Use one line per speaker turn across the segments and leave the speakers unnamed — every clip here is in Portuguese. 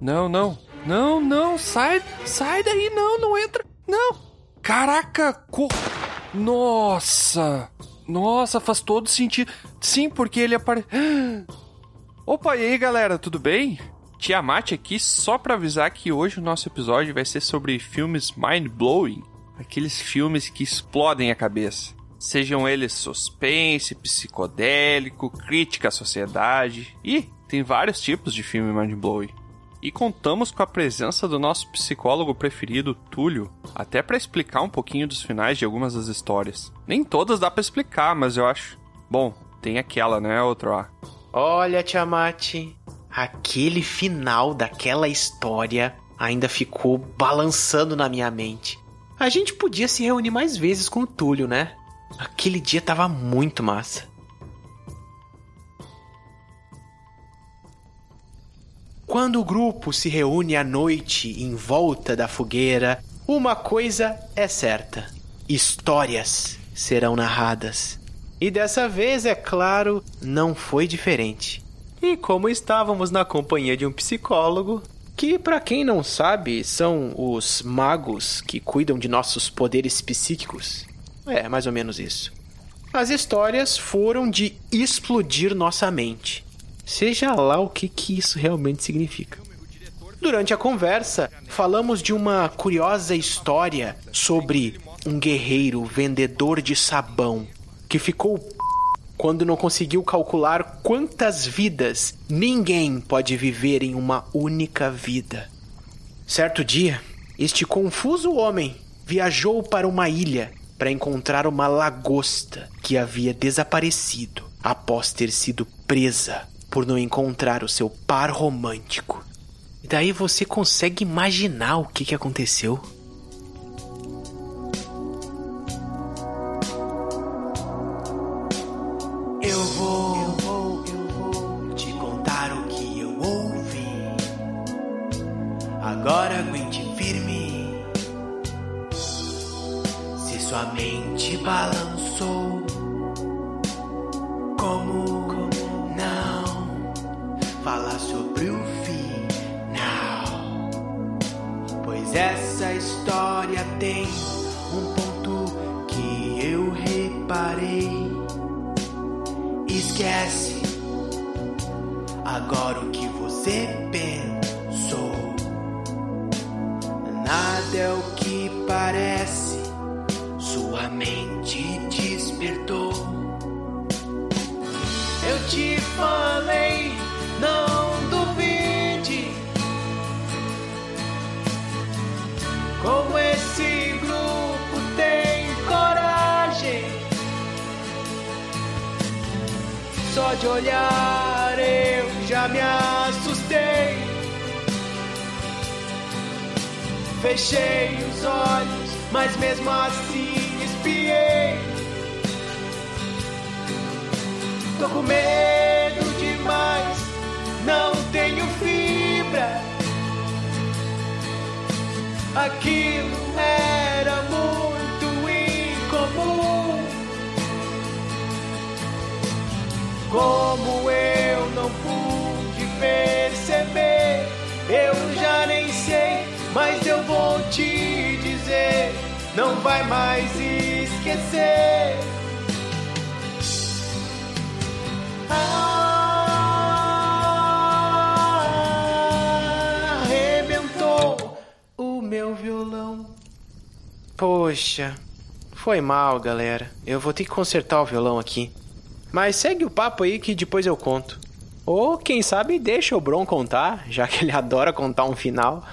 Não, não. Não, não. Sai, sai daí, não, não entra. Não. Caraca, co... Nossa. Nossa, faz todo sentido. Sim, porque ele apare... Opa, e aí, galera, tudo bem? Tiamat aqui só para avisar que hoje o nosso episódio vai ser sobre filmes mind-blowing, aqueles filmes que explodem a cabeça. Sejam eles suspense, psicodélico, crítica à sociedade. e tem vários tipos de filme mind-blowing. E contamos com a presença do nosso psicólogo preferido, Túlio, até para explicar um pouquinho dos finais de algumas das histórias. Nem todas dá para explicar, mas eu acho. Bom, tem aquela, né, outro A.
Olha, Tiamat, aquele final daquela história ainda ficou balançando na minha mente. A gente podia se reunir mais vezes com o Túlio, né? Aquele dia tava muito massa. Quando o grupo se reúne à noite em volta da fogueira, uma coisa é certa: histórias serão narradas. E dessa vez, é claro, não foi diferente. E como estávamos na companhia de um psicólogo, que para quem não sabe, são os magos que cuidam de nossos poderes psíquicos. É, mais ou menos isso. As histórias foram de explodir nossa mente. Seja lá o que, que isso realmente significa. Durante a conversa, falamos de uma curiosa história sobre um guerreiro vendedor de sabão que ficou p... quando não conseguiu calcular quantas vidas ninguém pode viver em uma única vida. Certo dia, este confuso homem viajou para uma ilha para encontrar uma lagosta que havia desaparecido após ter sido presa por não encontrar o seu par romântico. E daí você consegue imaginar o que, que aconteceu? Eu vou, eu vou, eu vou te contar o que eu ouvi. Agora aguente firme. Se sua mente balançou, como, como não falar sobre o final? Pois essa história tem um ponto que eu reparei. Esquece agora o que você pensou. Nada é o que parece, sua mente despertou. Eu te falei, não duvide. Como esse grupo tem coragem. Só de olhar eu já me assustei. Fechei os olhos, mas mesmo assim espiei. Tô com medo demais, não tenho fibra. Aquilo era muito incomum. Como eu não pude perceber, eu já nem sei, mas eu vou te dizer, não vai mais esquecer. Ah, Arrebentou o meu violão. Poxa, foi mal, galera. Eu vou ter que consertar o violão aqui. Mas segue o papo aí que depois eu conto. Ou quem sabe deixa o Bron contar, já que ele adora contar um final.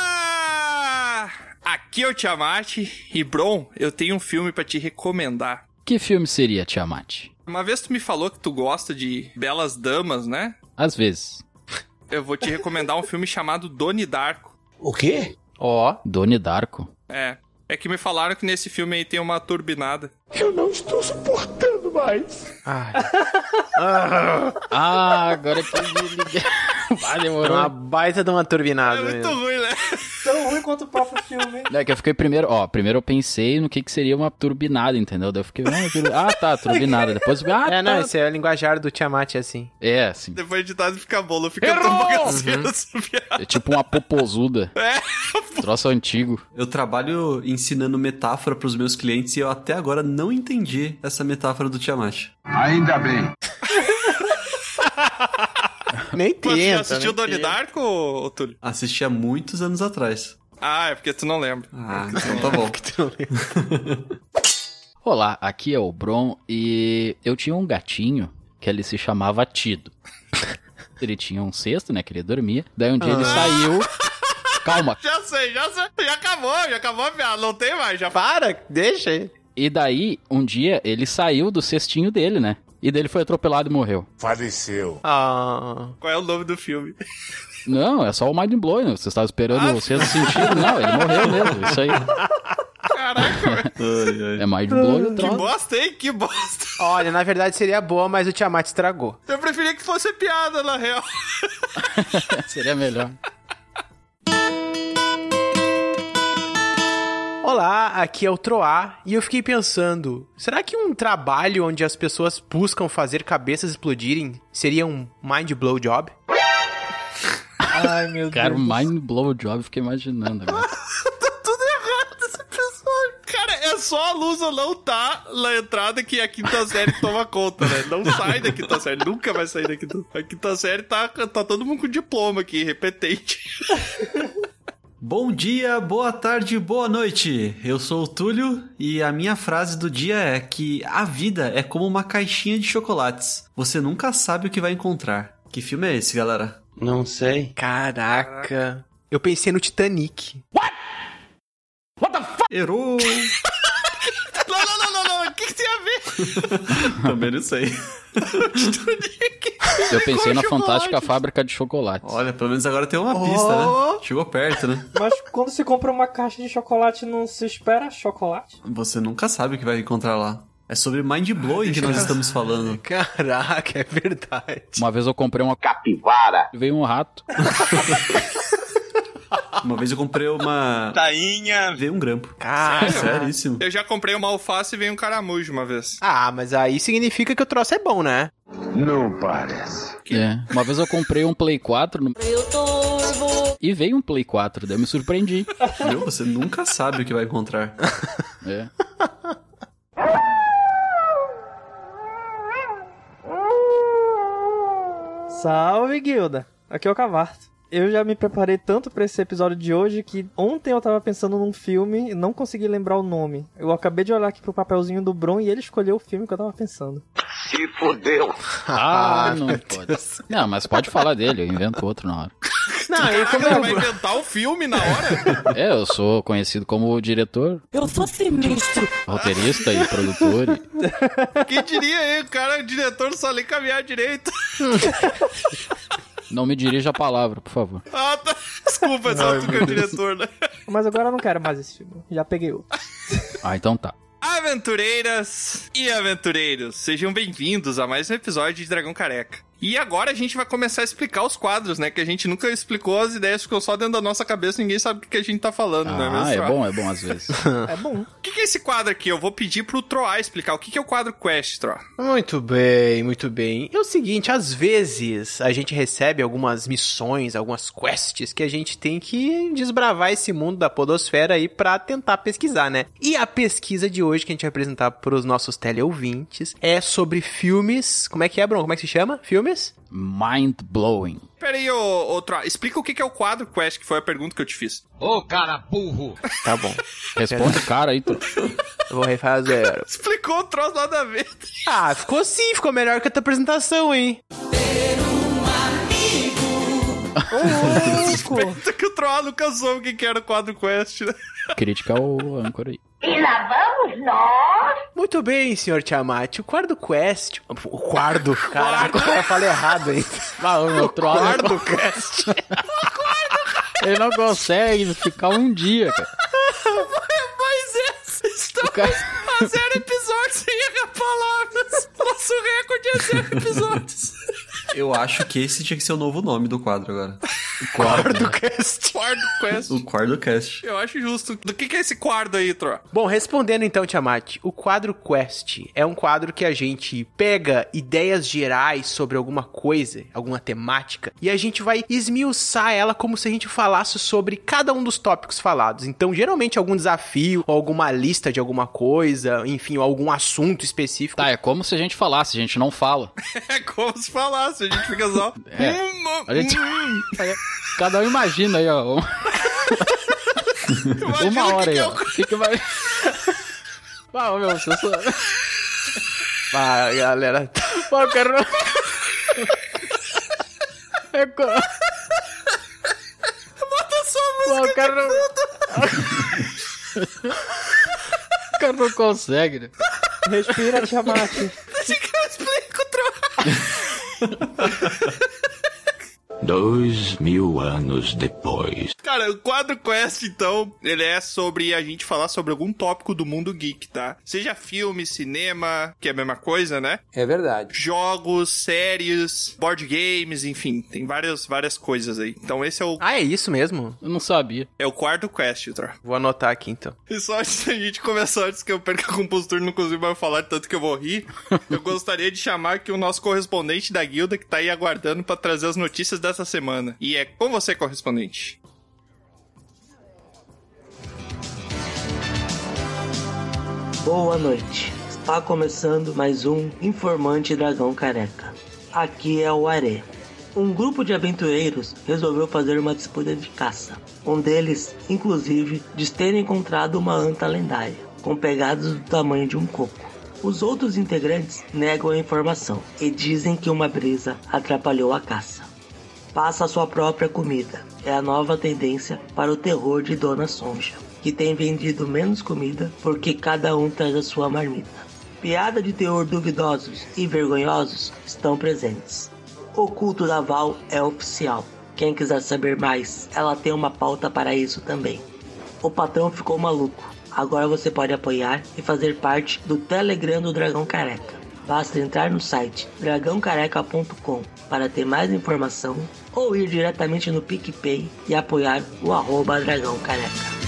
Olá! Aqui é o Tiamat e Bron, eu tenho um filme pra te recomendar.
Que filme seria Tiamat?
Uma vez tu me falou que tu gosta de belas damas, né?
Às vezes.
Eu vou te recomendar um filme chamado Doni Darko.
O quê?
Ó,
Doni Darko.
É. É que me falaram que nesse filme aí tem uma turbinada.
Eu não estou suportando mais.
Ah, agora eu perdi. ligar. Vai,
É uma
demorou.
baita de uma turbinada.
É muito
mesmo.
ruim, né?
Tão ruim quanto o próprio filme. hein?
É que eu fiquei primeiro, ó, primeiro eu pensei no que que seria uma turbinada, entendeu? Daí eu fiquei, ah, aquilo- ah, tá, turbinada. Depois, ah,
É, não,
tá.
esse é o linguajar do Tiamat, assim.
É, assim,
Depois de tarde fica bolo, fica tão
Uhum.
assim, bagaceiro essa piada.
é tipo uma popozuda. Troço antigo.
Eu trabalho ensinando metáfora pros meus clientes e eu até agora não entendi essa metáfora do Tiamat.
Ainda bem.
Nem
Mas tu já
tenta. né?
assistiu Donnie Darko, ô, ô, Túlio?
Assisti há muitos anos atrás.
Ah, é porque tu não lembra.
Ah, então tá bom.
Olá, aqui é o Bron e eu tinha um gatinho que ele se chamava Tido. Ele tinha um cesto, né, que ele dormia. Daí um dia ele saiu... Calma.
Já sei, já sei. Já acabou, já acabou a piada. Não tem mais, já.
Para, deixa aí.
E daí, um dia, ele saiu do cestinho dele, né? E daí ele foi atropelado e morreu.
Faleceu.
Ah.
Qual é o nome do filme?
Não, é só o Mind Blow, né? Você estava esperando
Ah.
o sexto sentido. Não, ele morreu mesmo. Isso aí.
Caraca,
Ai, ai.
É Mind Blow e o
que
troço.
bosta, hein? Que bosta.
Olha, na verdade seria boa, mas o Tiamat estragou.
Eu preferia que fosse piada, na real.
Seria melhor.
Olá, aqui é o Troá e eu fiquei pensando, será que um trabalho onde as pessoas buscam fazer cabeças explodirem seria um mind blow job? Ai, meu
Cara, o Mind Blow Job, fiquei imaginando agora.
Tudo errado essa pessoa. Cara, é só a Lusa não tá na entrada que a quinta série toma conta, né? Não sai da quinta série, nunca vai sair da quinta A quinta série tá, tá todo mundo com diploma aqui, repetente.
Bom dia, boa tarde, boa noite. Eu sou o Túlio e a minha frase do dia é que a vida é como uma caixinha de chocolates. Você nunca sabe o que vai encontrar. Que filme é esse, galera?
Não sei. Caraca. Eu pensei no Titanic.
Errou!
Não, não, não, não, não. O que, que tem a ver?
Também não sei.
Eu pensei na
chocolate.
fantástica fábrica de chocolates.
Olha, pelo menos agora tem uma pista, né? Chegou perto, né?
Mas quando se compra uma caixa de chocolate, não se espera chocolate?
Você nunca sabe o que vai encontrar lá. É sobre mind blowing que nós estamos falando.
Caraca, é verdade.
Uma vez eu comprei uma
Capivara.
e veio um rato.
Uma vez eu comprei uma. Tainha! Veio um grampo.
Cara.
Seríssimo.
Eu já comprei uma alface e veio um caramujo uma vez.
Ah, mas aí significa que o troço é bom, né?
Não parece.
É. Uma vez eu comprei um Play 4 no... e veio um Play 4. Daí eu me surpreendi.
Viu? Você nunca sabe o que vai encontrar.
É.
Salve, guilda! Aqui é o Cavarto. Eu já me preparei tanto pra esse episódio de hoje que ontem eu tava pensando num filme e não consegui lembrar o nome. Eu acabei de olhar aqui pro papelzinho do Bron e ele escolheu o filme que eu tava pensando.
Se fudeu.
Ah, não pode. Não, mas pode falar dele. Eu invento outro na hora.
Não, Ah, eu
Cara, vai inventar o filme na hora?
É, eu sou conhecido como diretor. Eu sou sinistro. Roteirista e produtor. e-
Quem diria, hein? O cara, é o diretor, só lê caminhar direito.
Não me dirija a palavra, por favor.
Ah, tá. Desculpa, é só tu que é o diretor, né?
Mas agora eu não quero mais esse filme. Já peguei outro.
Ah, então tá.
Aventureiras e aventureiros, sejam bem-vindos a mais um episódio de Dragão Careca. E agora a gente vai começar a explicar os quadros, né? Que a gente nunca explicou as ideias, ficou só dentro da nossa cabeça, ninguém sabe o que que a gente tá falando, né?
Ah,
Mas,
é
ó,
bom, é bom às vezes.
É bom.
O que, que é esse quadro aqui? Eu vou pedir pro Troá explicar. O que, que é o quadro Quest, Troá?
Muito bem, muito bem. É o seguinte, às vezes a gente recebe algumas missões, algumas quests que a gente tem que desbravar esse mundo da podosfera aí pra tentar pesquisar, né? E a pesquisa de hoje que a gente vai apresentar pros nossos teleouvintes é sobre filmes, como é que é, Bruno? Como é que se chama? Filmes?
Mind blowing.
Pera aí, ô, ô Troá, explica o que, que é o quadro Quest, que foi a pergunta que eu te fiz.
Ô, cara burro.
Tá bom.
Responde o cara aí, tu.
Eu vou refazer.
Explicou o troço nada a ver.
Ah, ficou sim, ficou melhor que a tua apresentação, hein?
Ô, louco!
Só que o Troá nunca soube o que, que era o quadro Quest, né?
Criticar o âncora aí.
Muito bem, senhor Tiamat. O quarto quest. O quarto. Caraca, o cara fala errado aí.
Ah, o meu troll.
Quarto quest.
Ele não consegue ficar um dia, cara.
Mas
cara...
A zero episódios sem errar palavras. Nosso recorde é zero episódios.
Eu acho que esse tinha que ser o novo nome do quadro agora.
Quarto quest.
O Quardocast.
Eu acho justo. Do que, que é esse quarto aí, Tro?
Bom, respondendo então, Tiamat, o quadro Quest é um quadro que a gente pega ideias gerais sobre alguma coisa, alguma temática, e a gente vai esmiuçar ela como se a gente falasse sobre cada um dos tópicos falados. Então, geralmente, algum desafio, ou alguma lista de alguma coisa, enfim, ou algum assunto específico.
Tá, é como se a gente falasse, a gente não fala.
É como se falasse, a gente fica só.
É.
Hum, hum,
A gente-
hum.
Cada um imagina aí, ó. um-
Imagina
Uma
o
hora
que
aí,
que
ó.
eu-
Que que vai... Ah, meu, se eu sou...
Ah, galera.
Pô, eu quero... É co-
Bota só a
Pô,
música.
o cara não... o cara não consegue, né?
Respira, Tiamat.
Deixa que eu explico, Tro.
Dois mil anos depois.
Cara, o quadro Quest, então, ele é sobre a gente falar sobre algum tópico do mundo geek, tá? Seja filme, cinema, que é a mesma coisa, né?
É verdade.
Jogos, séries, board games, enfim, tem várias, várias coisas aí. Então esse é o,
Ah, é isso mesmo?
Eu não sabia.
é o quarto Quest, Tro.
Vou anotar aqui então.
E só antes da gente começar, antes que eu perca a compostura e não consigo mais falar de tanto que eu vou rir, eu gostaria de chamar aqui o nosso correspondente da guilda que tá aí aguardando pra trazer as notícias dessa semana. E é com você, correspondente.
Boa noite. Está começando mais um Informante Dragão Careca. Aqui é o Are. Um grupo de aventureiros resolveu fazer uma disputa de caça. Um deles, inclusive, diz ter encontrado uma anta lendária, com pegadas do tamanho de um coco. Os outros integrantes negam a informação e dizem que uma brisa atrapalhou a caça. Passa sua própria comida. É a nova tendência para o terror de Dona Sonja, que tem vendido menos comida porque cada um traz a sua marmita. Piada de teor duvidosos e vergonhosos estão presentes. O culto da Val é oficial. Quem quiser saber mais, ela tem uma pauta para isso também. O patrão ficou maluco. Agora você pode apoiar e fazer parte do Telegram do Dragão Careca. Basta entrar no site dragãocareca.com para ter mais informação ou ir diretamente no PicPay e apoiar o arroba Dragão Careca.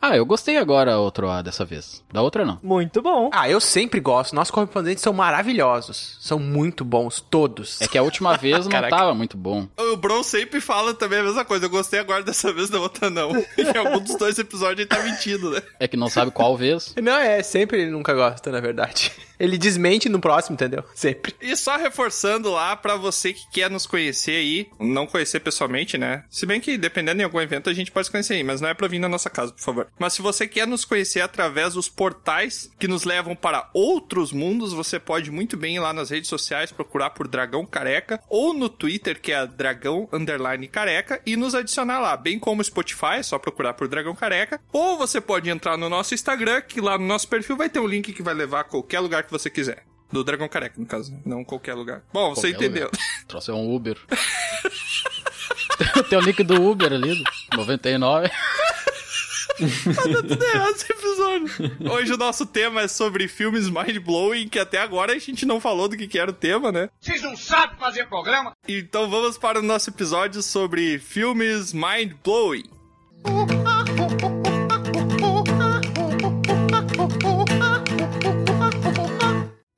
Ah, eu gostei agora, outro A, dessa vez. Da outra, não.
Muito bom.
Ah, eu sempre gosto. Nossos correspondentes são maravilhosos. São muito bons, todos.
É que a última vez não
Caraca.
tava muito bom.
O Bron sempre fala também a mesma coisa. Eu gostei agora dessa vez, da outra não. em algum dos dois episódios ele tá mentindo, né?
É que não sabe qual vez.
Não, é, sempre ele nunca gosta, na verdade. Ele desmente no próximo, entendeu? Sempre.
E só reforçando lá pra você que quer nos conhecer aí, não conhecer pessoalmente, né? Se bem que dependendo em algum evento a gente pode se conhecer aí, mas não é pra vir na nossa casa, por favor. Mas se você quer nos conhecer através dos portais que nos levam para outros mundos, você pode muito bem ir lá nas redes sociais procurar por Dragão Careca ou no Twitter que é Dragão Underline Careca e nos adicionar lá, bem como o Spotify, é só procurar por Dragão Careca, ou você pode entrar no nosso Instagram, que lá no nosso perfil vai ter um link que vai levar a qualquer lugar que você quiser. Do Dragão Careca, no caso, né? não qualquer lugar. Bom, você
Qualquer
entendeu.
lugar. Trouxe um Uber. Tem o link do Uber ali, do 99.
Tá Tudo errado esse episódio. Hoje o nosso tema é sobre filmes mind-blowing, que até agora a gente não falou do que que era o tema, né?
Vocês não sabem fazer programa?
Então vamos para o nosso episódio sobre filmes mind-blowing.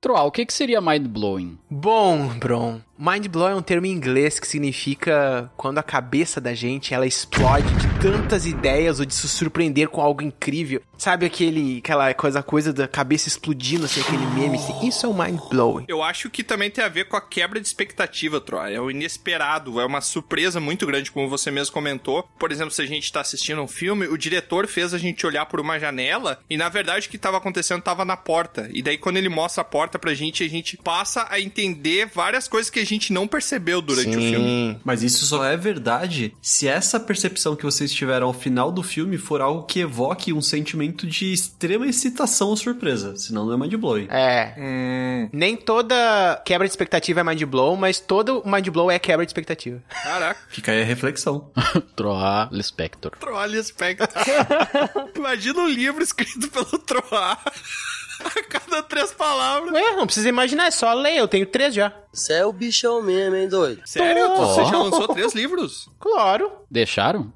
Troal, o que que seria mind-blowing?
Bom, Bron, mind blow é um termo em inglês que significa quando a cabeça da gente ela explode de tantas ideias ou de se surpreender com algo incrível. Sabe aquele, aquela coisa, coisa da cabeça explodindo, assim, aquele meme, assim. Isso é um mind blowing.
Eu acho que também tem a ver com a quebra de expectativa, Troy. É o inesperado, é uma surpresa muito grande, como você mesmo comentou. Por exemplo, se a gente tá assistindo um filme, o diretor fez a gente olhar por uma janela e, na verdade, o que tava acontecendo tava na porta. E daí, quando ele mostra a porta pra gente, a gente passa a entender várias coisas que a gente não percebeu durante o filme.
Mas isso só é verdade se essa percepção que vocês tiveram ao final do filme for algo que evoque um sentimento de extrema excitação ou surpresa. Senão não é mind-blowing.
É. Nem toda quebra de expectativa é mind blow, mas todo mind blow é quebra de expectativa.
Caraca.
Fica aí a reflexão.
Troar Lispector.
Troll Spectre. tá- Imagina um livro escrito pelo Troar. A cada três palavras.
Ué, não precisa imaginar, é só ler, eu tenho três já.
Você é o bichão mesmo, hein, doido?
Sério?
Tô.
Você já lançou três livros?
Claro.
Deixaram?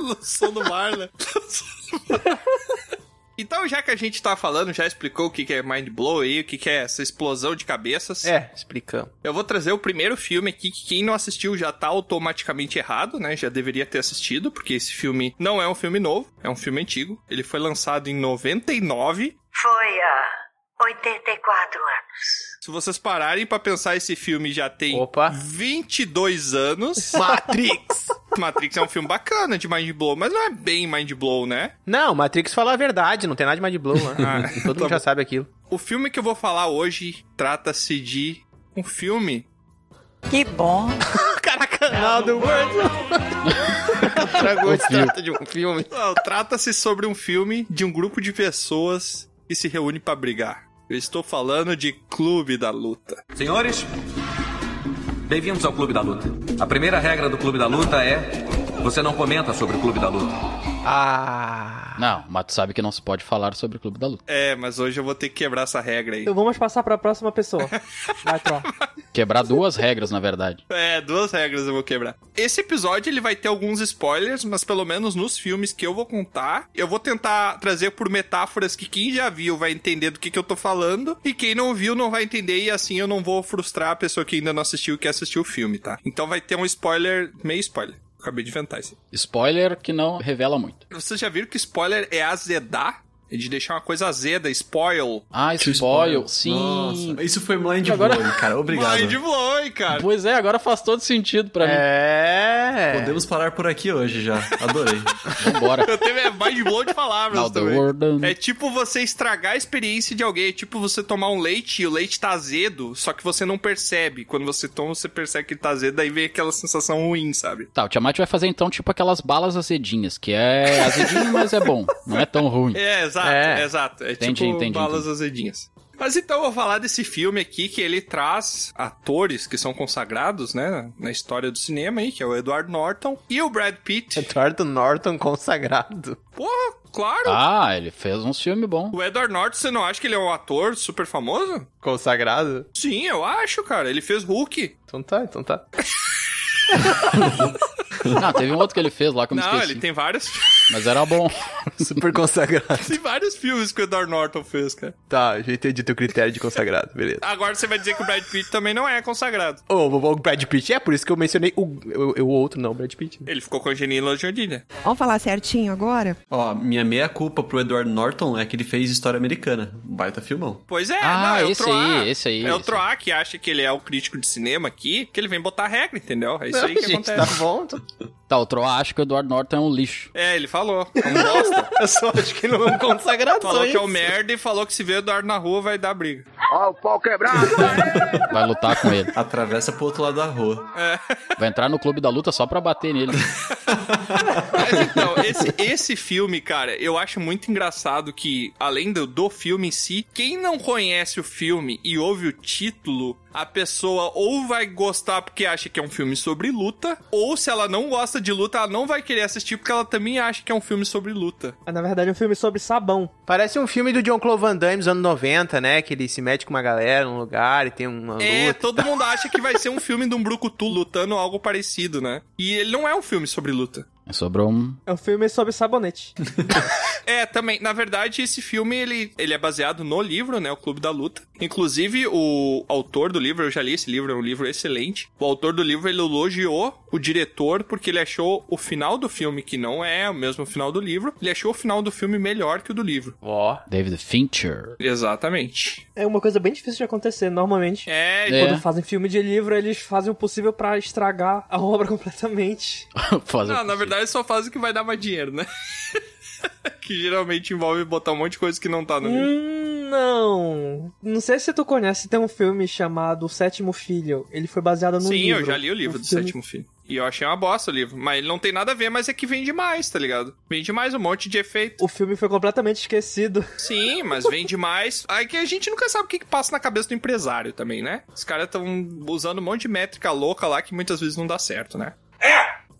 Lançou no mar, né? Lançou no mar. Então, já que a gente tá falando, já explicou o que que é Mind Blow aí, o que que é essa explosão de cabeças.
É, explicamos.
Eu vou trazer o primeiro filme aqui que quem não assistiu já tá automaticamente errado, né? Já deveria ter assistido, porque esse filme não é um filme novo, é um filme antigo. Ele foi lançado em 99.
Foi há 84 anos.
Se vocês pararem pra pensar, esse filme já tem
Opa.
22 anos.
Matrix!
Matrix é um filme bacana de Mind Blow, mas não é bem Mind Blow, né?
Não, Matrix fala a verdade, não tem nada de mind blow, né?
Ah,
Todo
tá
mundo já
bom.
sabe aquilo.
O filme que eu vou falar hoje trata-se de um filme.
Que bom.
Caraca, não, do World. Tragou esse trato de um filme.
Não, Trata-se sobre um filme de um grupo de pessoas que se reúne pra brigar. Eu estou falando de Clube da Luta.
Senhores, bem-vindos ao Clube da Luta. A primeira regra do Clube da Luta é: você não comenta sobre o Clube da Luta.
Ah.
Não, mas tu sabe que não se pode falar sobre o Clube da Luta.
É, mas hoje eu vou ter que quebrar essa regra aí.
Então vamos passar pra próxima pessoa. Vai, Tro.
Quebrar duas regras, na verdade.
É, duas regras eu vou quebrar. Esse episódio ele vai ter alguns spoilers, mas pelo menos nos filmes que eu vou contar, eu vou tentar trazer por metáforas que quem já viu vai entender do que, que eu tô falando, e quem não viu não vai entender, e assim eu não vou frustrar a pessoa que ainda não assistiu e quer assistir o filme, tá? Então vai ter um spoiler, meio spoiler. Acabei de inventar isso.
Spoiler que não revela muito.
Vocês já viram que spoiler é azedar? É de deixar uma coisa azeda, spoil.
Ah, spoiler, sim.
Nossa, isso foi mind
Agora-
blowing, cara. Obrigado. né?
Mind blowing, cara.
Pois é, agora faz todo sentido pra mim.
É.
Podemos parar por aqui hoje já. Adorei.
Vambora.
Eu teve é mind blow de palavras
Now the
também.
world-
É tipo você estragar a experiência de alguém. É tipo você tomar um leite e o leite tá azedo, só que você não percebe. Quando você toma, você percebe que tá azedo, daí vem aquela sensação ruim, sabe?
Tá, o Tiamat vai fazer então tipo aquelas balas azedinhas, que é azedinho, mas é bom. Não é tão ruim.
É, exato,
É.
é. exato. É
Entendi,
tipo
entendi,
balas
entendi.
azedinhas. Mas então eu vou falar desse filme aqui que ele traz atores que são consagrados, né, na história do cinema aí, que é o Edward Norton e o Brad Pitt.
Eduardo Norton consagrado.
Porra, claro.
Ah, ele fez uns filmes bons.
O Edward Norton, você não acha que ele é um ator super famoso?
Consagrado?
Sim, eu acho, cara. Ele fez Hulk.
Então tá, então tá.
Não, teve um outro que ele fez lá que eu me
não,
esqueci.
ele tem vários,
Mas era bom.
Super consagrado.
tem vários filmes que o Edward Norton fez, cara.
Tá, já entendi teu critério de consagrado, beleza.
Agora você vai dizer que o Brad Pitt também não é consagrado.
Ô, o Brad Pitt, é por isso que eu mencionei o, o, o outro, não, o Brad Pitt. né?
Ele ficou com a Angelina Jolie, né?
Vamos falar certinho agora?
Ó, minha meia culpa pro Edward Norton é que ele fez história americana. Um Baita filmão.
Pois é,
Ah,
não, é
esse
o Troá.
aí, esse aí,
É o
esse
Troá que acha que ele é o crítico de cinema aqui, que ele vem botar regra, entendeu? É isso aí que
gente,
acontece.
tá bom. tá-
Tá, o Troa acha que o Eduardo Norton é um lixo.
É, ele falou. É um bosta.
Eu só acho que não é um consagrado, só
falou que é o
isso.
merda e falou que se vê o Eduardo na rua vai dar briga.
Ó, o pau quebrado.
Vai lutar com ele.
Atravessa pro outro lado da rua.
Vai entrar no clube da luta só pra bater nele.
Mas então, esse, esse filme, cara, eu acho muito engraçado que, além do, do filme em si, quem não conhece o filme e ouve o título, a pessoa ou vai gostar porque acha que é um filme sobre luta, ou se ela não gosta de luta, ela não vai querer assistir porque ela também acha que é um filme sobre luta.
Ah, Na verdade, é um filme sobre sabão.
Parece um filme do John Claude Van Damme dos anos 90, né? Que ele se mete com uma galera num lugar e tem uma
É,
luta.
todo mundo acha que vai ser um filme de um brucutu lutando ou algo parecido, né? E ele não é um filme sobre luta.
Sobrou um.
É um filme sobre sabonete.
É, também. Na verdade, esse filme ele, ele é baseado no livro, né? O Clube da Luta. Inclusive, o autor do livro, eu já li esse livro, é um livro excelente. O autor do livro ele elogiou o diretor porque ele achou o final do filme, que não é o mesmo final do livro, ele achou o final do filme melhor que o do livro.
Ó.
David Fincher.
Exatamente.
É uma coisa bem difícil de acontecer, normalmente.
É,
É.
Quando fazem filme de livro, eles fazem o possível pra estragar a obra completamente.
Fazer
Não, é
o
na
quê?
verdade só faz o que vai dar mais dinheiro, né? que geralmente envolve botar um monte de coisa que não tá no livro.
Hum, Não. Não sei se tu conhece, tem um filme chamado O Sétimo Filho. Ele foi baseado no
Sim,
livro.
eu já li o livro
Um
do
filme-
Sétimo Filho. E eu achei uma bosta o livro. Mas ele não tem nada a ver, mas é que vende mais, tá ligado? Vende mais um monte de efeito.
O filme foi completamente esquecido.
Sim, mas vende mais. Aí que a gente nunca sabe o que, que passa na cabeça do empresário também, né? Os caras estão usando um monte de métrica louca lá que muitas vezes não dá certo, né?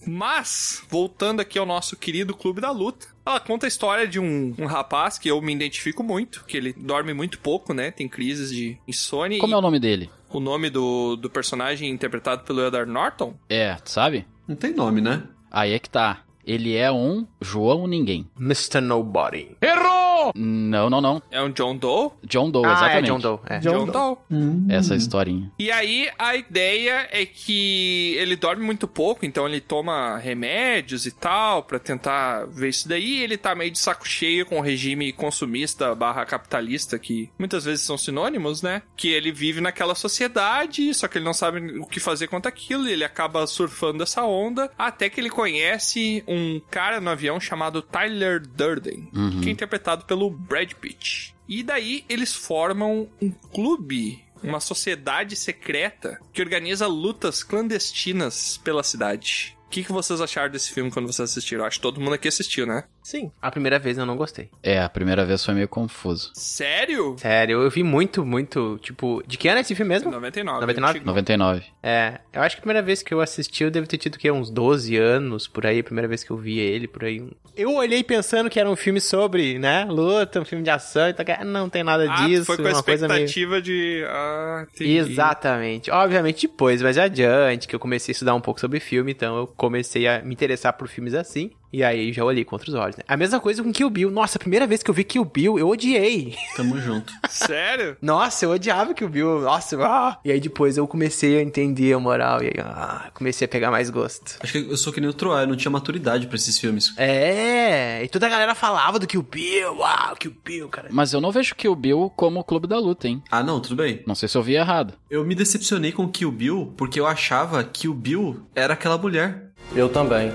Mas, voltando aqui ao nosso querido Clube da Luta, ela conta a história de um, um rapaz que eu me identifico muito, que ele dorme muito pouco, né? Tem crises de insônia.
Como
e
é o nome dele?
o nome do, do personagem interpretado pelo Edward Norton?
É, tu sabe?
Não tem nome, né?
Aí é que tá. Ele é um João Ninguém.
Mr. Nobody.
Errou! Não, não, não.
É um John Doe?
John Doe,
Ah, é
exatamente.
John Doe, Hum. é.
John John Doe.
Essa historinha.
E aí a ideia é que ele dorme muito pouco, então ele toma remédios e tal pra tentar ver isso daí. Ele tá meio de saco cheio com o regime consumista barra capitalista, que muitas vezes são sinônimos, né? Que ele vive naquela sociedade, só que ele não sabe o que fazer contra aquilo, e ele acaba surfando essa onda, até que ele conhece um cara no avião chamado Tyler Durden,
Uhum.
que é interpretado pelo Brad Pitt. E daí eles formam um clube uma sociedade secreta que organiza lutas clandestinas pela cidade. O que, que vocês acharam desse filme quando vocês assistiram? Acho que todo mundo aqui assistiu, né?
Sim.
A primeira vez eu não gostei.
É, a primeira vez foi meio confuso.
Sério?
Sério, eu vi muito, muito. Tipo, de que ano é esse filme mesmo?
99.
99?
99.
É, eu acho que a primeira vez que eu assisti eu devo ter tido que uns 12 anos por aí, a primeira vez que eu vi ele por aí. um. Eu olhei pensando que era um filme sobre, né, luta, um filme de ação e tal, que não tem nada
Ah, tu
disso,
foi com a
uma coisa meio
expectativa de. Ah, entendi.
Exatamente. Obviamente depois, mas adiante, que eu comecei a estudar um pouco sobre filme, então eu comecei a me interessar por filmes assim, e aí já olhei com outros olhos, né? A mesma coisa com Kill Bill. Nossa, a primeira vez que eu vi Kill Bill, eu odiei.
Tamo junto.
Sério?
Nossa, eu odiava Kill Bill. Nossa, ah! E aí depois eu comecei a entender a moral, e aí ah, comecei a pegar mais gosto.
Acho que eu sou que nem o Troá, eu não tinha maturidade pra esses filmes.
É, e toda a galera falava do Kill Bill, ah, o Kill Bill, cara.
Mas eu não vejo Kill Bill como o clube da luta, hein?
Ah, não, tudo bem.
Não sei se eu vi errado.
Eu me decepcionei com Kill Bill porque eu achava que o Bill era aquela mulher.
Eu também.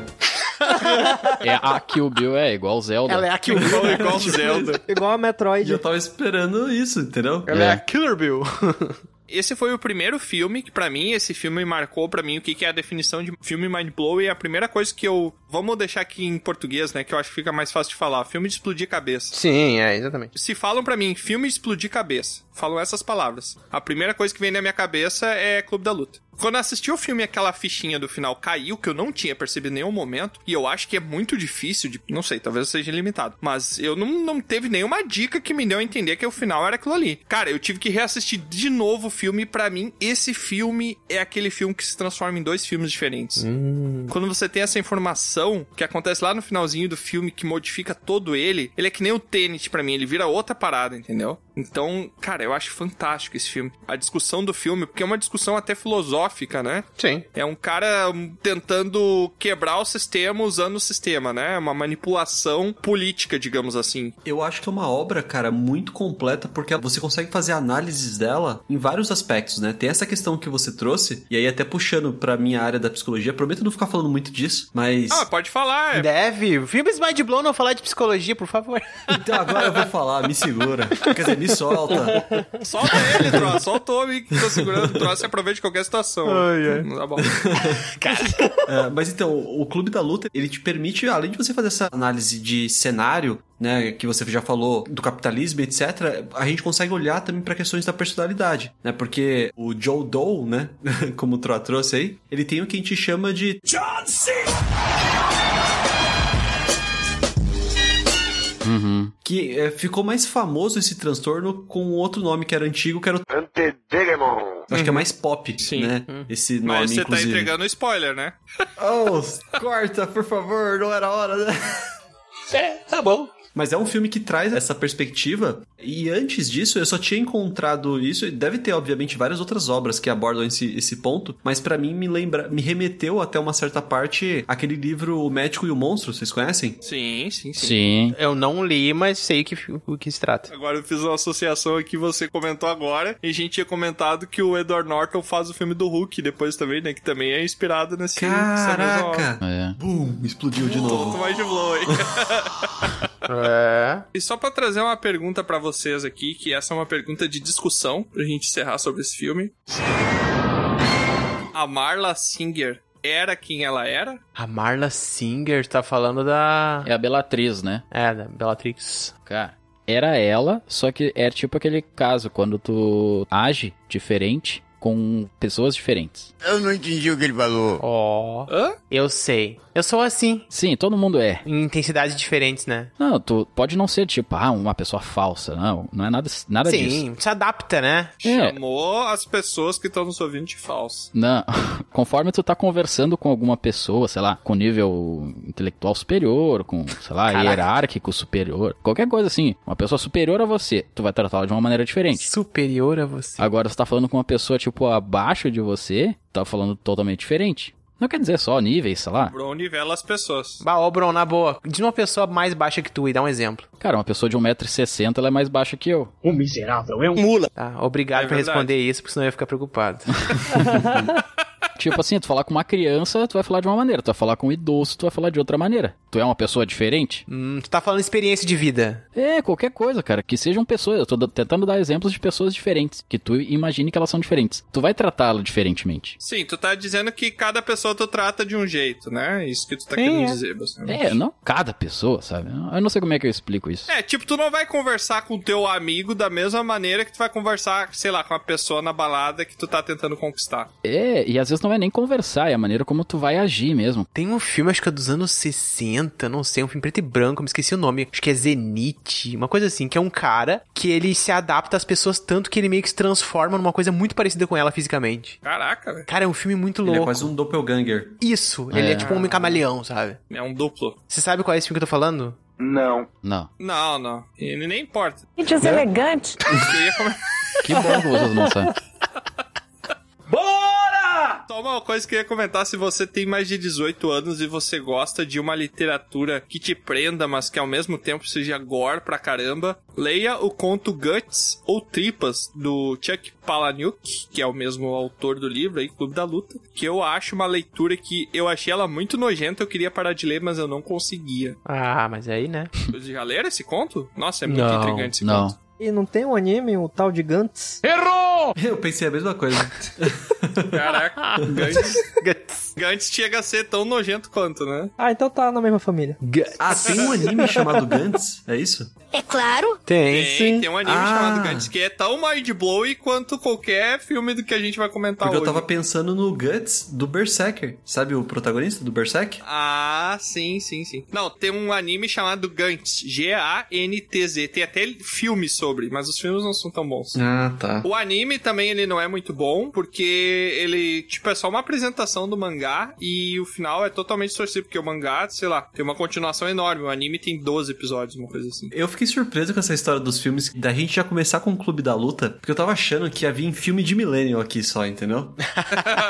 É, a Kill Bill é igual Zelda.
Ela é a Kill Bill.
Igual, igual
Tipo,
Zelda.
Igual a Metroid.
E eu tava esperando isso, entendeu?
Ela é,
É.
a Killer Bill.
Esse foi o primeiro filme que, pra mim, esse filme marcou pra mim o que que é a definição de filme mind blow e é a primeira coisa que eu. Vamos deixar aqui em português, né? Que eu acho que fica mais fácil de falar. Filme de explodir cabeça.
Sim, é, exatamente.
Se falam pra mim filme de explodir cabeça, falam essas palavras. A primeira coisa que vem na minha cabeça é Clube da Luta. Quando eu assisti o filme, aquela fichinha do final caiu, que eu não tinha percebido em nenhum momento, e eu acho que é muito difícil de. Não sei, talvez eu seja limitado. Mas eu não, não teve nenhuma dica que me deu a entender que o final era aquilo ali. Cara, eu tive que reassistir de novo o filme, e pra mim, esse filme é aquele filme que se transforma em dois filmes diferentes. Quando você tem essa informação que acontece lá no finalzinho do filme que modifica todo ele, ele é que nem o Tenet pra mim, ele vira outra parada, entendeu? Então, cara, eu acho fantástico esse filme. A discussão do filme, porque é uma discussão até filosófica, né?
Sim.
É um cara hum, tentando quebrar o sistema usando o sistema, né? É Uma manipulação política, digamos assim.
Eu acho que é uma obra, cara, muito completa, porque você consegue fazer análises dela em vários aspectos, né? Tem essa questão que você trouxe, e aí até puxando pra minha área da psicologia, prometo não ficar falando muito disso, mas.
Ah, pode falar.
Deve. Filmes Mind Blow não falar de psicologia, por favor.
Então agora eu vou falar, me segura. Quer dizer, me solta.
Solta ele, Troa. Solta o homem que tá segurando o troço e aproveite qualquer situação.
Ai, ai.
Tá bom.
É, mas então, o Clube da Luta, ele te permite, além de você fazer essa análise de cenário, né, que você já falou do capitalismo, etc, a gente consegue olhar também para questões da personalidade, né? Porque o Joe Doe, né, como o Troa trouxe aí, ele tem o que a gente chama de
John C.
Uhum.
que é, ficou mais famoso esse transtorno com outro nome que era antigo, que era o Acho que é mais pop, né? Esse nome,
Mas você tá
inclusive.
entregando spoiler, né?
Oh, corta, por favor, não era hora, né?
É, tá bom.
Mas é um filme que traz essa perspectiva. E antes disso, eu só tinha encontrado isso. e Deve ter, obviamente, várias outras obras que abordam esse, esse ponto. Mas pra mim, me lembra, me remeteu até uma certa parte aquele livro O Médico e o Monstro. Vocês conhecem?
Sim, sim, sim.
Sim.
Eu não li, mas sei que, o que se trata.
Agora eu fiz uma associação aqui, você comentou agora, e a gente tinha comentado que o Edward Norton faz o filme do Hulk depois também, né? Que também é inspirado nesse. nessa mesma obra.
Caraca!
É.
tá
Boom! Explodiu de
Tonto
novo.
mais de blow, hein? É. E só pra trazer uma pergunta pra vocês aqui, que essa é uma pergunta de discussão pra gente encerrar sobre esse filme. A Marla Singer era quem ela era?
A Marla Singer tá falando da.
É a Belatriz, né?
É, da Bellatrix.
Cara, era ela, só que era tipo aquele caso quando tu age diferente com pessoas diferentes.
Eu não entendi o que ele falou.
Ó. Eu sei. Eu sou assim.
Sim, todo mundo é.
Em intensidades diferentes, né?
Não, tu pode não ser tipo, ah, uma pessoa falsa, não, não é nada, nada
Sim,
disso.
se adapta, né?
É.
Chamou as pessoas que estão nos ouvindo de falso.
Não, conforme tu tá conversando com alguma pessoa, sei lá, com nível intelectual superior, com, sei lá,
Caraca.
hierárquico superior, qualquer coisa assim, uma pessoa superior a você, tu vai tratá-la de uma maneira diferente.
Superior a você.
Agora, se tá falando com uma pessoa, tipo, abaixo de você, tá falando totalmente diferente. Não quer dizer só níveis, sei lá.
Bron nivela as pessoas.
Bah, ô, Bron, na boa. Diz uma pessoa mais baixa que tu e dá um exemplo.
Cara, uma pessoa de 1,60m, ela é mais baixa que eu.
O miserável é um mula. Tá, obrigado por responder isso, porque senão eu ia ficar preocupado.
Tipo assim, tu falar com uma criança, tu vai falar de uma maneira. Tu vai falar com um idoso, tu vai falar de outra maneira. Tu é uma pessoa diferente?
Hum, tu tá falando experiência de vida.
É, qualquer coisa, cara. Que sejam pessoas. Eu tô da- tentando dar exemplos de pessoas diferentes. Que tu imagine que elas são diferentes. Tu vai tratá-la diferentemente.
Sim, tu tá dizendo que cada pessoa tu trata de um jeito, né? Isso que tu tá
Sim,
querendo
é.
dizer, basicamente.
É, não cada pessoa, sabe? Eu não sei como é que eu explico isso.
É, tipo, tu não vai conversar com teu amigo da mesma maneira que tu vai conversar, sei lá, com a pessoa na balada que tu tá tentando conquistar.
É, e às vezes não é nem conversar, é a maneira como tu vai agir mesmo.
Tem um filme, acho que é dos anos 60, não sei, um filme preto e branco, me esqueci o nome. Acho que é Zenith, uma coisa assim, que é um cara que ele se adapta às pessoas tanto que ele meio que se transforma numa coisa muito parecida com ela fisicamente.
Caraca, velho.
Cara, é um filme muito
Ele
louco.
é quase um doppelganger.
Isso, ele é,
É.
tipo um homem camaleão, sabe?
É um duplo.
Você sabe qual é esse filme que eu tô falando?
Não.
Não.
Não, não. Ele nem importa.
Gente, os elegantes.
Eu ia comer-
Que bom que vocês não sabem.
Bora! Só Então, uma coisa que eu ia comentar: se você tem mais de 18 anos e você gosta de uma literatura que te prenda, mas que ao mesmo tempo seja gore pra caramba, leia o conto Guts ou Tripas do Chuck Palahniuk, que é o mesmo autor do livro aí, Clube da Luta, que eu acho uma leitura que eu achei ela muito nojenta, eu queria parar de ler, mas eu não conseguia.
Ah, mas aí, né?
Vocês já leram esse conto? Nossa, é muito
Não,
intrigante esse
não.
conto.
E não tem um anime, o tal de Gantz?
Errou!
Eu pensei a mesma coisa.
Caraca, Gantz. Gantz chega a ser tão nojento quanto, né?
Ah, então tá na mesma família.
Ah, tem um anime chamado Gantz? É isso?
É claro.
Tem.
Tem, tem um anime
Ah.
chamado Guts que é tão mind blowing quanto qualquer filme do que a gente vai comentar
Porque eu
Tá hoje.
tava pensando no Guts do Berserker. Sabe o protagonista do Berserk?
Ah, sim, sim, sim. Não, tem um anime chamado Gantz, G-A-N-T-Z. Tem até filme sobre, mas os filmes não são tão bons.
Ah, tá.
O anime também ele não é muito bom, porque ele, tipo, é só uma apresentação do mangá e o final é totalmente distorcido, porque o mangá, sei lá, tem uma continuação enorme. O anime tem 12 episódios, uma coisa assim.
Eu fiquei surpreso com essa história dos filmes, da gente já começar com o Clube da Luta, porque eu tava achando que havia em filme de Millennium aqui só, entendeu?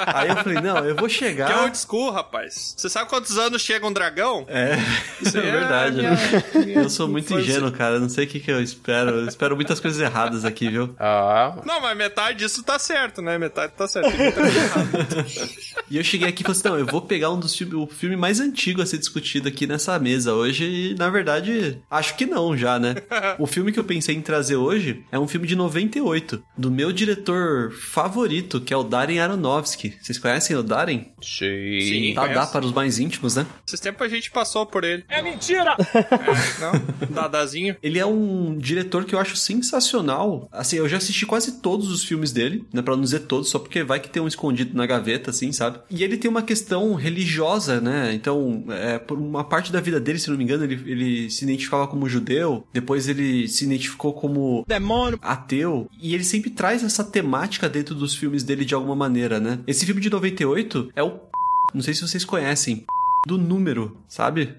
Aí eu falei, não, eu vou chegar.
Que é old school, rapaz. Você sabe quantos anos chega um dragão?
É, isso é,
é
verdade.
minha-
né?
minha
eu sou muito
infância.
ingênuo, cara. Não sei o que, que eu espero. Eu espero muitas coisas erradas aqui, viu?
Ah.
Não, mas metade disso tá certo, né? Metade tá certo. Tem muita coisa
E eu cheguei aqui e falei assim: não, eu vou pegar um dos filmes, o filme mais antigo a ser discutido aqui nessa mesa hoje. E na verdade, acho que não já, né? O filme que eu pensei em trazer hoje é um filme de 98, do meu diretor favorito, que é o Darren Aronofsky. Vocês conhecem o Darren? Tá,
Sim. tá,
Sim,
Dá
conheço.
para os mais íntimos, né?
Esses tempos a gente passou por ele. É mentira! É, não? Dadazinho.
Ele é um diretor que eu acho sensacional. Assim, eu já assisti quase todos os filmes dele, né? Pra não dizer todos, só porque vai que tem um escondido na gaveta, assim, sabe? E ele tem uma questão religiosa, né? Então, é, por uma parte da vida dele, se não me engano, ele, ele se identificava como judeu, depois ele se identificou como demônio, ateu. E ele sempre traz essa temática dentro dos filmes dele de alguma maneira, né? Esse filme de 98 é o. Não sei se vocês conhecem. Do número, sabe?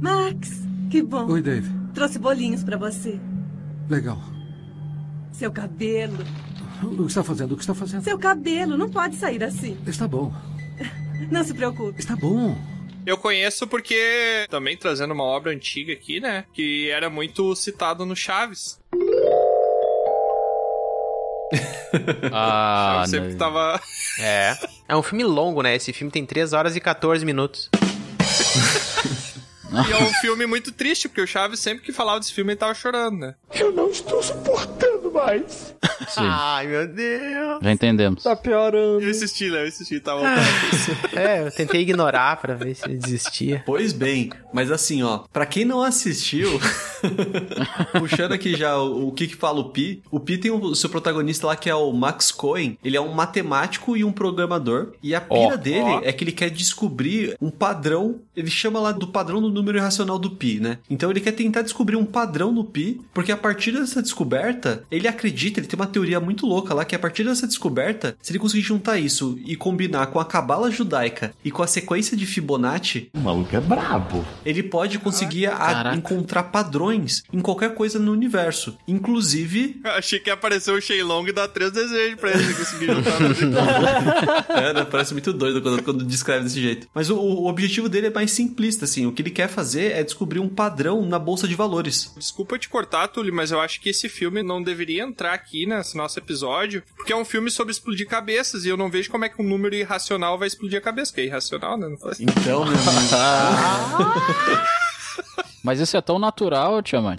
Max, que bom.
Oi, Dave.
Trouxe bolinhos pra você.
Legal.
Seu cabelo.
O que está fazendo? O que está fazendo?
Seu cabelo não pode sair assim.
Está bom.
Não se preocupe.
Está bom.
Eu conheço porque, também trazendo uma obra antiga aqui, né? Que era muito citado no Chaves.
Ah,
Eu sempre tava.
É. É um filme longo, né? Esse filme tem 3 horas e 14 minutos.
E é um filme muito triste, porque o Chaves sempre que falava desse filme ele tava chorando, né?
Eu não estou suportando mais.
Sim.
Ai, meu Deus.
Já entendemos.
Tá piorando.
Eu insisti, né? Eu insisti, tava voltando.
É, eu tentei ignorar pra ver se ele desistia.
Pois bem, mas assim, ó, pra quem não assistiu, puxando aqui já o, o que que fala o Pi, o Pi tem o seu protagonista lá que é o Max Cohen, ele é um matemático e um programador, e a pira
Ó,
dele
ó.
é que ele quer descobrir um padrão, ele chama lá do padrão do número irracional do Pi, né? Então ele quer tentar descobrir um padrão no Pi, porque a partir dessa descoberta, ele acredita, ele tem uma teoria muito louca lá, que a partir dessa descoberta, se ele conseguir juntar isso e combinar com a cabala judaica e com a sequência de Fibonacci,
O maluco é brabo.
ele pode conseguir a- encontrar padrões em qualquer coisa no universo. Inclusive.
Achei que apareceu o Shenlong e dá três desejos pra ele conseguir juntar.
é, né? Parece muito doido quando, quando descreve desse jeito. Mas o, o objetivo dele é mais simplista, assim. O que ele quer fazer é descobrir um padrão na bolsa de valores.
Desculpa te cortar, Túlio, mas eu acho que esse filme não deveria entrar aqui nesse nosso episódio, porque é um filme sobre explodir cabeças e eu não vejo como é que um número irracional vai explodir a cabeça, que é irracional, né? Não faz
Então, meu amigo.
Mas isso é tão natural, Tiamat.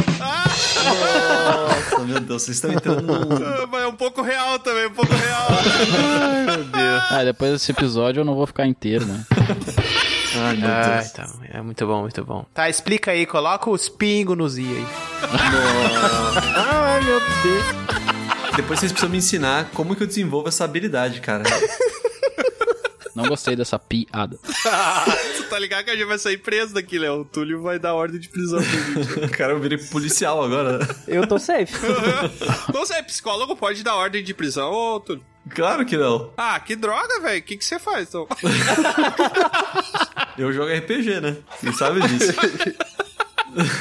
Nossa, meu Deus, vocês estão entrando num.
Ah, mas é um pouco real também, um pouco real.
Ai, meu Deus. Ah, depois desse episódio eu não vou ficar inteiro, né?
Ai,
meu
Ah,
Deus.
então, é muito bom, muito bom. Tá, explica aí, coloca os pingos nos i aí.
Ai, meu Deus.
Depois vocês precisam me ensinar como que eu desenvolvo essa habilidade, cara.
Não gostei dessa piada.
tu tá ligado que a gente vai sair preso daqui, Léo. O Túlio vai dar ordem de prisão.
Cara, eu virei policial agora.
Eu tô safe.
não sei, psicólogo pode dar ordem de prisão, ô Túlio.
Claro que não.
Ah, que droga, velho. O que, que você faz, então?
Eu jogo RPG, né? Você sabe disso.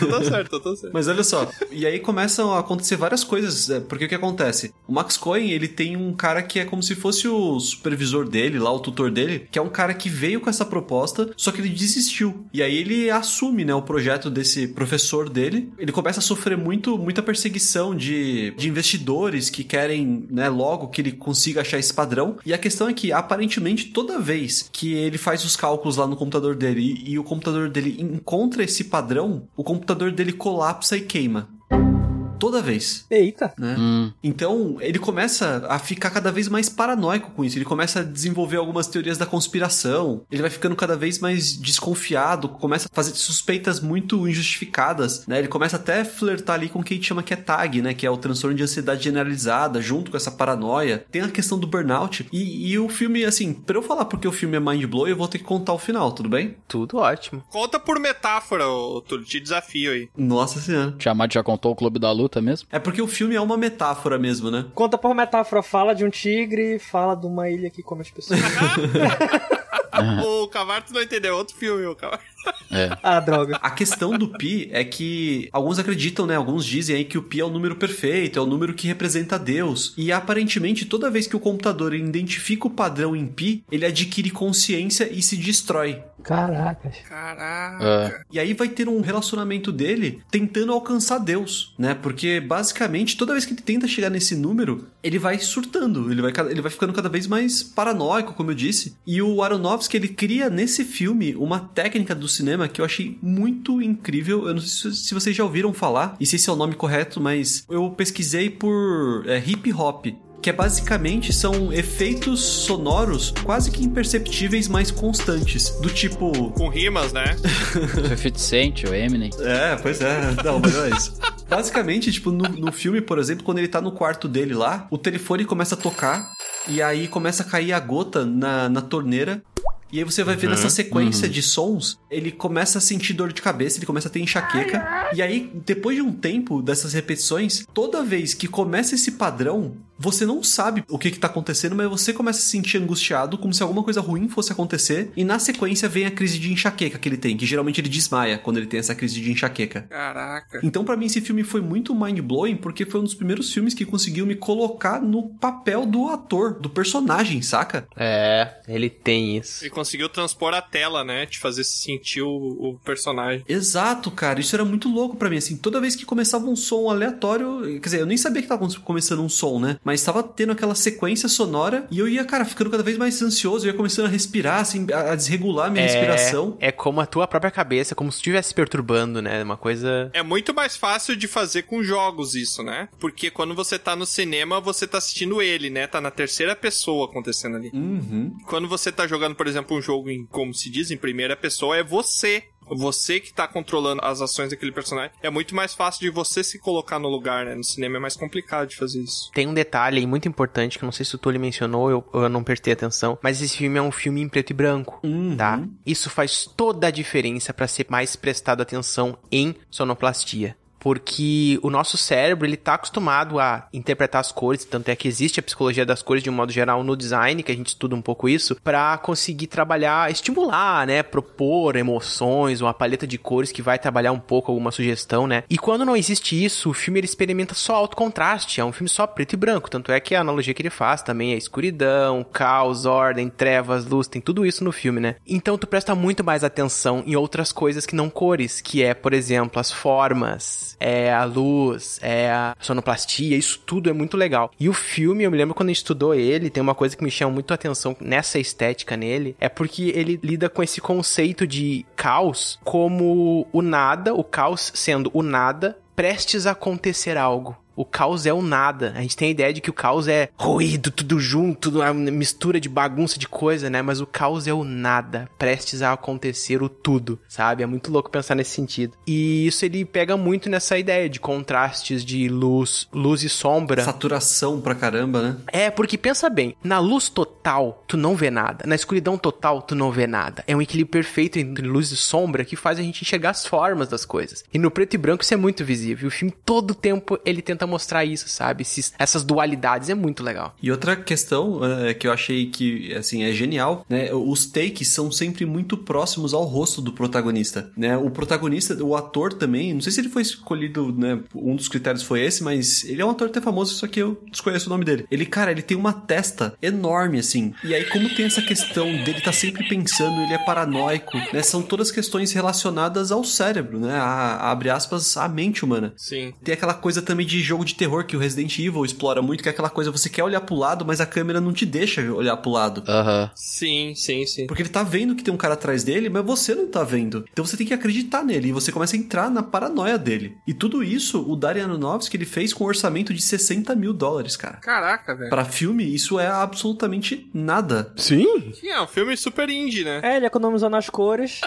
tô certo, tô certo.
Mas olha só, e aí começam a acontecer várias coisas, é, porque o que acontece? O Max Cohen, ele tem um cara que é como se fosse o supervisor dele, lá o tutor dele, que é um cara que veio com essa proposta, só que ele desistiu. E aí ele assume, né, o projeto desse professor dele. Ele começa a sofrer muito, muita perseguição de, de investidores que querem, né, logo que ele consiga achar esse padrão. E a questão é que, aparentemente, toda vez que ele faz os cálculos lá no computador dele e- e o computador dele encontra esse padrão, o computador dele colapsa e queima. Toda vez.
Eita.
Né? Então, ele começa a ficar cada vez mais paranoico com isso. Ele começa a desenvolver algumas teorias da conspiração. Ele vai ficando cada vez mais desconfiado, começa a fazer suspeitas muito injustificadas, né? Ele começa até a flertar ali com o que a gente chama que é TAG, né? Que é o transtorno de ansiedade generalizada, junto com essa paranoia. Tem a questão do burnout. E, e o filme, assim, pra eu falar porque o filme é mind blow, eu vou ter que contar o final, tudo bem?
Tudo ótimo.
Conta por metáfora, ô Túlio. Te desafio aí.
Nossa senhora.
Tiamat já contou o Clube da Luta mesmo?
É porque o filme é uma metáfora mesmo, né?
Conta por metáfora, fala de um tigre, fala de uma ilha que come as pessoas.
O Cavarto não entendeu. Outro filme, o Cavarto.
Ah, droga.
A questão do pi é que alguns acreditam, né? Alguns dizem aí que o pi é o número perfeito, é o número que representa Deus. E aparentemente, toda vez que o computador identifica o padrão em pi, ele adquire consciência e se destrói.
Caracas.
Ah,
Caraca.
Ah.
E aí vai ter um relacionamento dele tentando alcançar Deus, né? Porque basicamente toda vez que ele tenta chegar nesse número, ele vai surtando, ele vai, ca- ele vai ficando cada vez mais paranoico, como eu disse. E o Aronofsky, ele cria nesse filme uma técnica do cinema que eu achei muito incrível. Eu não sei se se vocês já ouviram falar, e se esse é o nome correto, mas eu pesquisei por é, hip hop que é basicamente são efeitos sonoros quase que imperceptíveis, mas constantes. Do tipo.
Com rimas, né?
Foi 50 Cent, o Eminem.
É, pois é. Não, mas não é isso. Basicamente, tipo, no, no filme, por exemplo, quando ele tá no quarto dele lá, o telefone começa a tocar e aí começa a cair a gota na, na torneira. E aí você vai ver
Uhum.
nessa sequência
Uhum.
de sons, ele começa a sentir dor de cabeça, ele começa a ter enxaqueca. E aí, depois de um tempo dessas repetições, toda vez que começa esse padrão, você não sabe o que, que tá acontecendo, mas você começa a se sentir angustiado, como se alguma coisa ruim fosse acontecer. E na sequência vem a crise de enxaqueca que ele tem, que geralmente ele desmaia quando ele tem essa crise de enxaqueca.
Caraca.
Então, pra mim, esse filme foi muito mind-blowing porque foi um dos primeiros filmes que conseguiu me colocar no papel do ator, do personagem, saca?
É, ele tem isso.
Ele conseguiu transpor a tela, né? Te fazer sentir o, o personagem.
Exato, cara. Isso era muito louco pra mim, assim. Toda vez que começava um som aleatório... Quer dizer, eu nem sabia que tava come- começando um som, né? mas estava tendo aquela sequência sonora e eu ia, cara, ficando cada vez mais ansioso, eu ia começando a respirar, assim, a a desregular a minha respiração.
É como a tua própria cabeça, como se estivesse perturbando, né? Uma coisa.
É muito mais fácil de fazer com jogos isso, né? Porque quando você tá no cinema, você tá assistindo ele, né? Tá na terceira pessoa acontecendo ali.
Uhum.
Quando você tá jogando, por exemplo, um jogo em, como se diz, em primeira pessoa, é você. Você que tá controlando as ações daquele personagem. É muito mais fácil de você se colocar no lugar, né? No cinema é mais complicado de fazer isso.
Tem um detalhe aí muito importante que eu não sei se o Tully mencionou eu, eu não prestei atenção, mas esse filme é um filme em preto e branco,
Uhum.
tá? Isso faz toda a diferença pra ser mais prestado atenção em sonoplastia. Porque o nosso cérebro, ele tá acostumado a interpretar as cores, tanto é que existe a psicologia das cores de um modo geral no design, que a gente estuda um pouco isso, pra conseguir trabalhar, estimular, né, propor emoções, uma paleta de cores que vai trabalhar um pouco alguma sugestão, né? E quando não existe isso, o filme ele experimenta só alto contraste, é um filme só preto e branco, tanto é que a analogia que ele faz também é escuridão, caos, ordem, trevas, luz, tem tudo isso no filme, né? Então tu presta muito mais atenção em outras coisas que não cores, que é, por exemplo, as formas, é a luz, é a sonoplastia, isso tudo é muito legal. E o filme, eu me lembro quando a gente estudou ele, tem uma coisa que me chama muito a atenção nessa estética nele, é porque ele lida com esse conceito de caos como o nada, o caos sendo o nada prestes a acontecer algo. O caos é o nada. A gente tem a ideia de que o caos é ruído, tudo junto, uma mistura de bagunça de coisa, né? Mas o caos é o nada, prestes a acontecer o tudo, sabe? É muito louco pensar nesse sentido. E isso ele pega muito nessa ideia de contrastes de luz, luz e sombra.
Saturação pra caramba, né?
É, porque pensa bem, na luz total, tu não vê nada. Na escuridão total, tu não vê nada. É um equilíbrio perfeito entre luz e sombra que faz a gente enxergar as formas das coisas. E no preto e branco isso é muito visível. O filme todo tempo ele tenta mostrar isso, sabe? Esses- essas dualidades é muito legal.
E outra questão eh, que eu achei que, assim, é genial, né? Os takes são sempre muito próximos ao rosto do protagonista, né? O protagonista, o ator também, não sei se ele foi escolhido, né? Um dos critérios foi esse, mas ele é um ator até famoso, só que eu desconheço o nome dele. Ele, cara, ele tem uma testa enorme, assim. E aí, como tem essa questão dele tá sempre pensando, ele é paranoico, né? São todas questões relacionadas ao cérebro, né? A, abre aspas, a mente humana.
Sim.
Tem aquela coisa também de jogo de terror que o Resident Evil explora muito, que é aquela coisa você quer olhar pro lado, mas a câmera não te deixa olhar pro lado.
Aham.
Sim, sim, sim.
Porque ele tá vendo que tem um cara atrás dele, mas você não tá vendo. Então você tem que acreditar nele e você começa a entrar na paranoia dele. E tudo isso o Darren Aronofsky ele fez com um orçamento de 60 mil dólares, cara.
Caraca, velho.
Pra filme, isso é absolutamente nada.
Sim?
Sim, é um filme super indie, né?
É, ele economizou nas cores.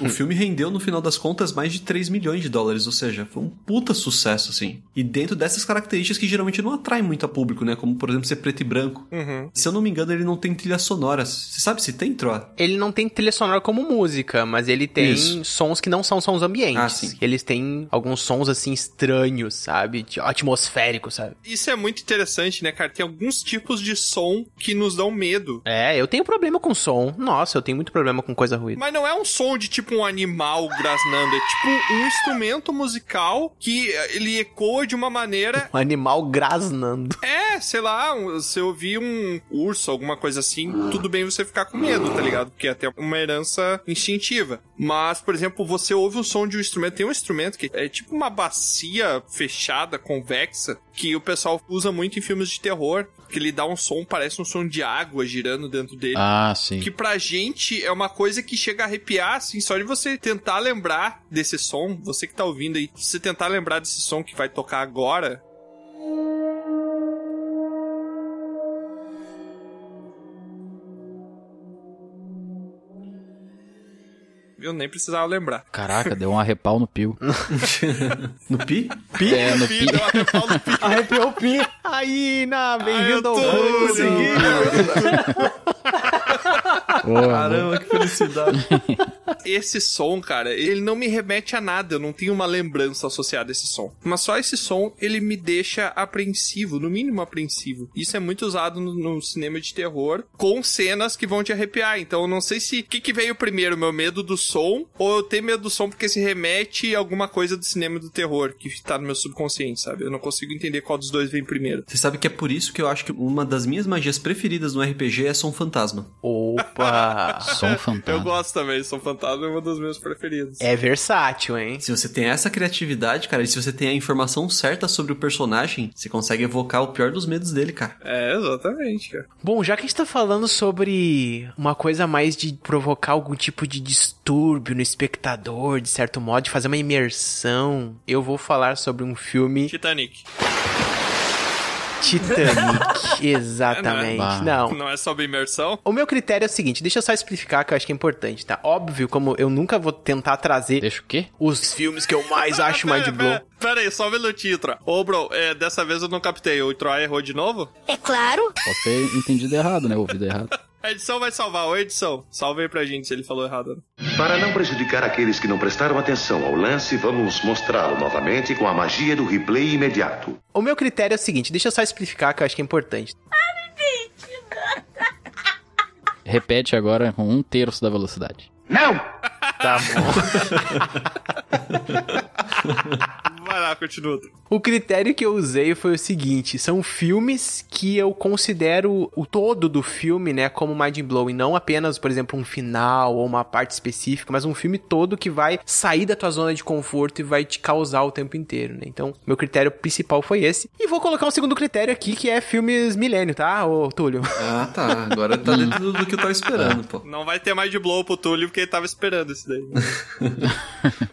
o filme rendeu, no final das contas, mais de 3 milhões de dólares, ou seja, foi um puta sucesso, assim. E dentro dessas características que geralmente não atraem muito a público, né? Como, por exemplo, ser preto e branco.
Uhum.
Se eu não me engano, ele não tem trilhas sonoras. Você sabe se tem, Troa?
Ele não tem trilha sonora como música, mas ele tem
Isso.
sons que não são sons ambientes.
Ah, sim.
Eles têm alguns sons assim estranhos, sabe? De- Atmosféricos, sabe?
Isso é muito interessante, né, cara? Tem alguns tipos de som que nos dão medo.
É, eu tenho problema com som. Nossa, eu tenho muito problema com coisa ruída.
Mas não é um som de tipo um animal grasnando, é tipo um instrumento musical que eh, ele ecoa de uma maneira.
Um animal grasnando.
É, sei lá, um- se eu ouvir um urso, alguma coisa assim, tudo bem você ficar com medo, tá ligado? Porque é até uma herança instintiva. Mas, por exemplo, você ouve o som de um instrumento. Tem um instrumento que é tipo uma bacia fechada, convexa, que o pessoal usa muito em filmes de terror. Que ele dá um som, parece um som de água girando dentro dele.
Ah, sim.
Que pra gente é uma coisa que chega a arrepiar, assim, só de você tentar lembrar desse som, você que tá ouvindo aí, se você tentar lembrar desse som que vai tocar agora. Eu nem precisava lembrar.
Caraca, deu um arrepal no pio.
No Pi?
Pi? É, no
Pi,
pi.
deu até pau no pi.
Arrepiou o pi.
Aí, na
eu
bem-vindo
tô
ao mundo.
Caramba, que felicidade.
Esse som, cara, ele não me remete a nada, eu não tenho uma lembrança associada a esse som. Mas só esse som, ele me deixa apreensivo, no mínimo apreensivo. Isso é muito usado no, no cinema de terror, com cenas que vão te arrepiar. Então eu não sei se. O que, que veio primeiro, meu medo do som, ou eu ter medo do som porque se remete a alguma coisa do cinema do terror, que tá no meu subconsciente, sabe? Eu não consigo entender qual dos dois vem primeiro.
Você sabe que é por isso que eu acho que uma das minhas magias preferidas no RPG é som fantasma.
Opa!
Som fantasma.
Eu gosto também, Som Fantasma é uma das minhas preferidas.
Tá. É versátil, hein?
Se você tem essa criatividade, cara, e se você tem a informação certa sobre o personagem, você consegue evocar o pior dos medos dele, cara.
É, exatamente, cara.
Bom, já que a gente tá falando sobre uma coisa mais de provocar algum tipo de distúrbio no espectador, de certo modo, de fazer uma imersão, eu vou falar sobre um filme
Titanic.
Titanic. Exatamente.
É, né?
Não.
Não é sobre imersão?
O meu critério é o seguinte, deixa eu só explicar que eu acho que é importante, tá? Óbvio, como eu nunca vou tentar trazer
Deixa o quê?
os filmes que eu mais acho mind blow.
Pera, pera aí, só um minutinho, Troy. Ô, bro, é, dessa vez eu não captei. O Troy errou de novo?
É claro.
Pode ter entendido errado, né? Ouvido errado.
A edição vai salvar. Ô, edição, salve aí pra gente se ele falou errado.
Para não prejudicar aqueles que não prestaram atenção ao lance, vamos mostrá-lo novamente com a magia do replay imediato.
O meu critério é o seguinte, deixa eu só explicar que eu acho que é importante.
Repete agora com um terço da velocidade.
Não!
Tá bom.
Vai lá, continua.
O critério que eu usei foi o seguinte: são filmes que eu considero o todo do filme, né, como mind blowing, não apenas, por exemplo, um final ou uma parte específica, mas um filme todo que vai sair da tua zona de conforto e vai te causar o tempo inteiro, né? Então, meu critério principal foi esse. E vou colocar um segundo critério aqui, que é filmes milênio, tá, ô Túlio?
Ah, tá. Agora tá dentro do que eu tava esperando, pô.
Não vai ter mais de blow pro Túlio, porque ele tava esperando isso daí. né?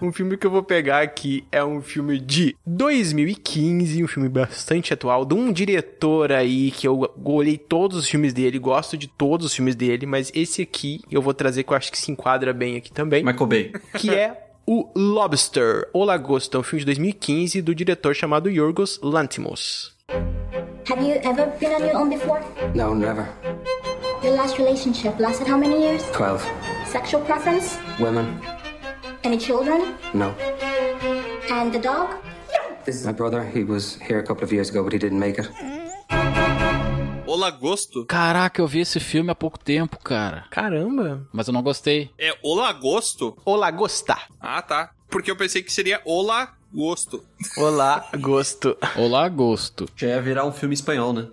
Um filme que eu vou pegar aqui é um filme de 2015, um filme bastante atual, de um diretor aí que eu olhei todos os filmes dele, gosto de todos os filmes dele, mas esse aqui eu vou trazer que eu acho que se enquadra bem aqui também,
Michael Bay.
que é o Lobster, ou Lagosta, um filme de 2015 do diretor chamado Yorgos Lanthimos.
Have you ever been on your
um
own before?
No, never.
Your last relationship lasted how many years?
12.
Sexual preference?
Women?
Any children?
No.
And the dog?
This is my brother. He was here a couple of years ago, but he didn't make it.
O Lagosto?
Caraca, eu vi esse filme há pouco tempo, cara.
Caramba.
Mas eu não gostei.
É O Lagosto?
Olá, gostar.
Ah, tá. Porque eu pensei que seria O Lagosto.
Olá, gosto.
Olá, gosto.
Já ia virar um filme espanhol, né?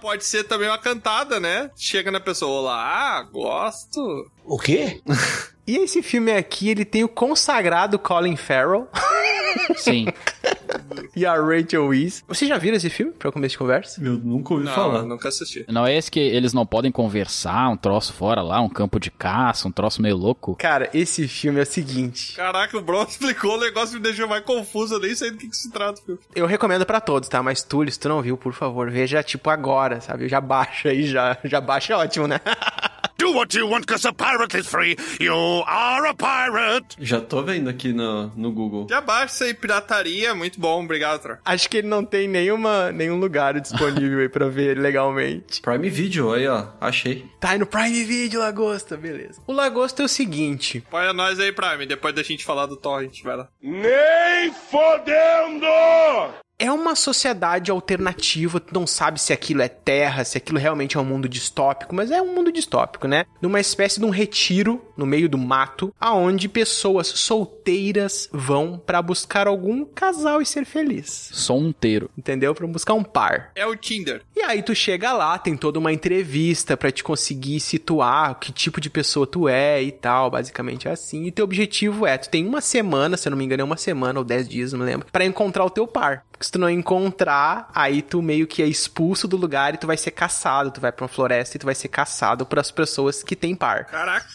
Pode ser também uma cantada, né? Chega na pessoa, Olá, gosto.
O quê?
E esse filme aqui, ele tem o consagrado Colin Farrell
Sim.
e a Rachel Weisz. Vocês já viram esse filme, pra começo de conversa?
Meu, nunca ouvi
Não,
falar.
nunca assisti.
Não é esse que eles não podem conversar, um troço fora lá, um campo de caça, um troço meio louco?
Cara, esse filme é o seguinte.
Caraca, o Bro explicou o negócio e me deixou mais confuso, eu nem sei do que, que se trata. filho.
Eu recomendo pra todos, tá? Mas Túlio, se tu não viu, por favor, veja tipo agora, sabe? Já baixa aí, já, já baixa é ótimo, né?
Do what you want, because a pirate is free. You are a pirate.
Já tô vendo aqui no, no Google.
Já baixa isso aí, pirataria, muito bom, obrigado, Tra.
Acho que ele não tem nenhuma, nenhum lugar disponível aí pra ver legalmente.
Prime Video, aí ó, achei.
Tá aí no Prime Video, Lagosta, beleza. O Lagosta é o seguinte,
Apoia nós aí, Prime, depois da gente falar do Torrent, vai lá.
Nem fodendo!
é uma sociedade alternativa, tu não sabe se aquilo é terra, se aquilo realmente é um mundo distópico, mas é um mundo distópico, né? Numa espécie de um retiro no meio do mato, aonde pessoas solteiras vão pra buscar algum casal e ser feliz.
Só um inteiro.
Entendeu? Pra buscar um par.
É o Tinder.
E aí tu chega lá, tem toda uma entrevista pra te conseguir situar que tipo de pessoa tu é e tal, basicamente é assim. E teu objetivo é, tu tem uma semana, se eu não me engano é uma semana ou dez dias, não me lembro, pra encontrar o teu par. Porque se tu não encontrar, aí tu meio que é expulso do lugar e tu vai ser caçado, tu vai pra uma floresta e tu vai ser caçado pras pessoas que têm par.
Caraca.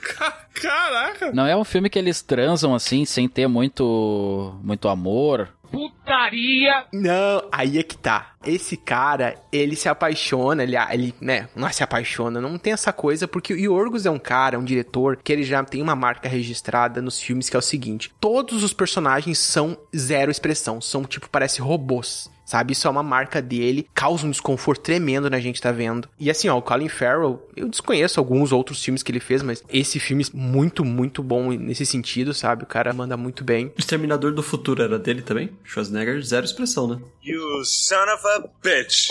Ca- Caraca.
Não é um filme que eles transam assim, sem ter muito, muito amor?
Putaria!
Não, aí é que tá. Esse cara, ele se apaixona, ele, ele né, não se apaixona, não tem essa coisa, porque o Yorgos é um cara, um diretor, que ele já tem uma marca registrada nos filmes, que é o seguinte, todos os personagens são zero expressão, são tipo, parece robôs. Sabe, isso é uma marca dele, causa um desconforto tremendo na gente, tá vendo? E assim, ó, o Colin Farrell, eu desconheço alguns outros filmes que ele fez, mas esse filme é muito, muito bom nesse sentido, sabe? O cara manda muito bem.
O Exterminador do Futuro era dele também? Schwarzenegger? Schwarzenegger, zero expressão, né?
You son of a bitch.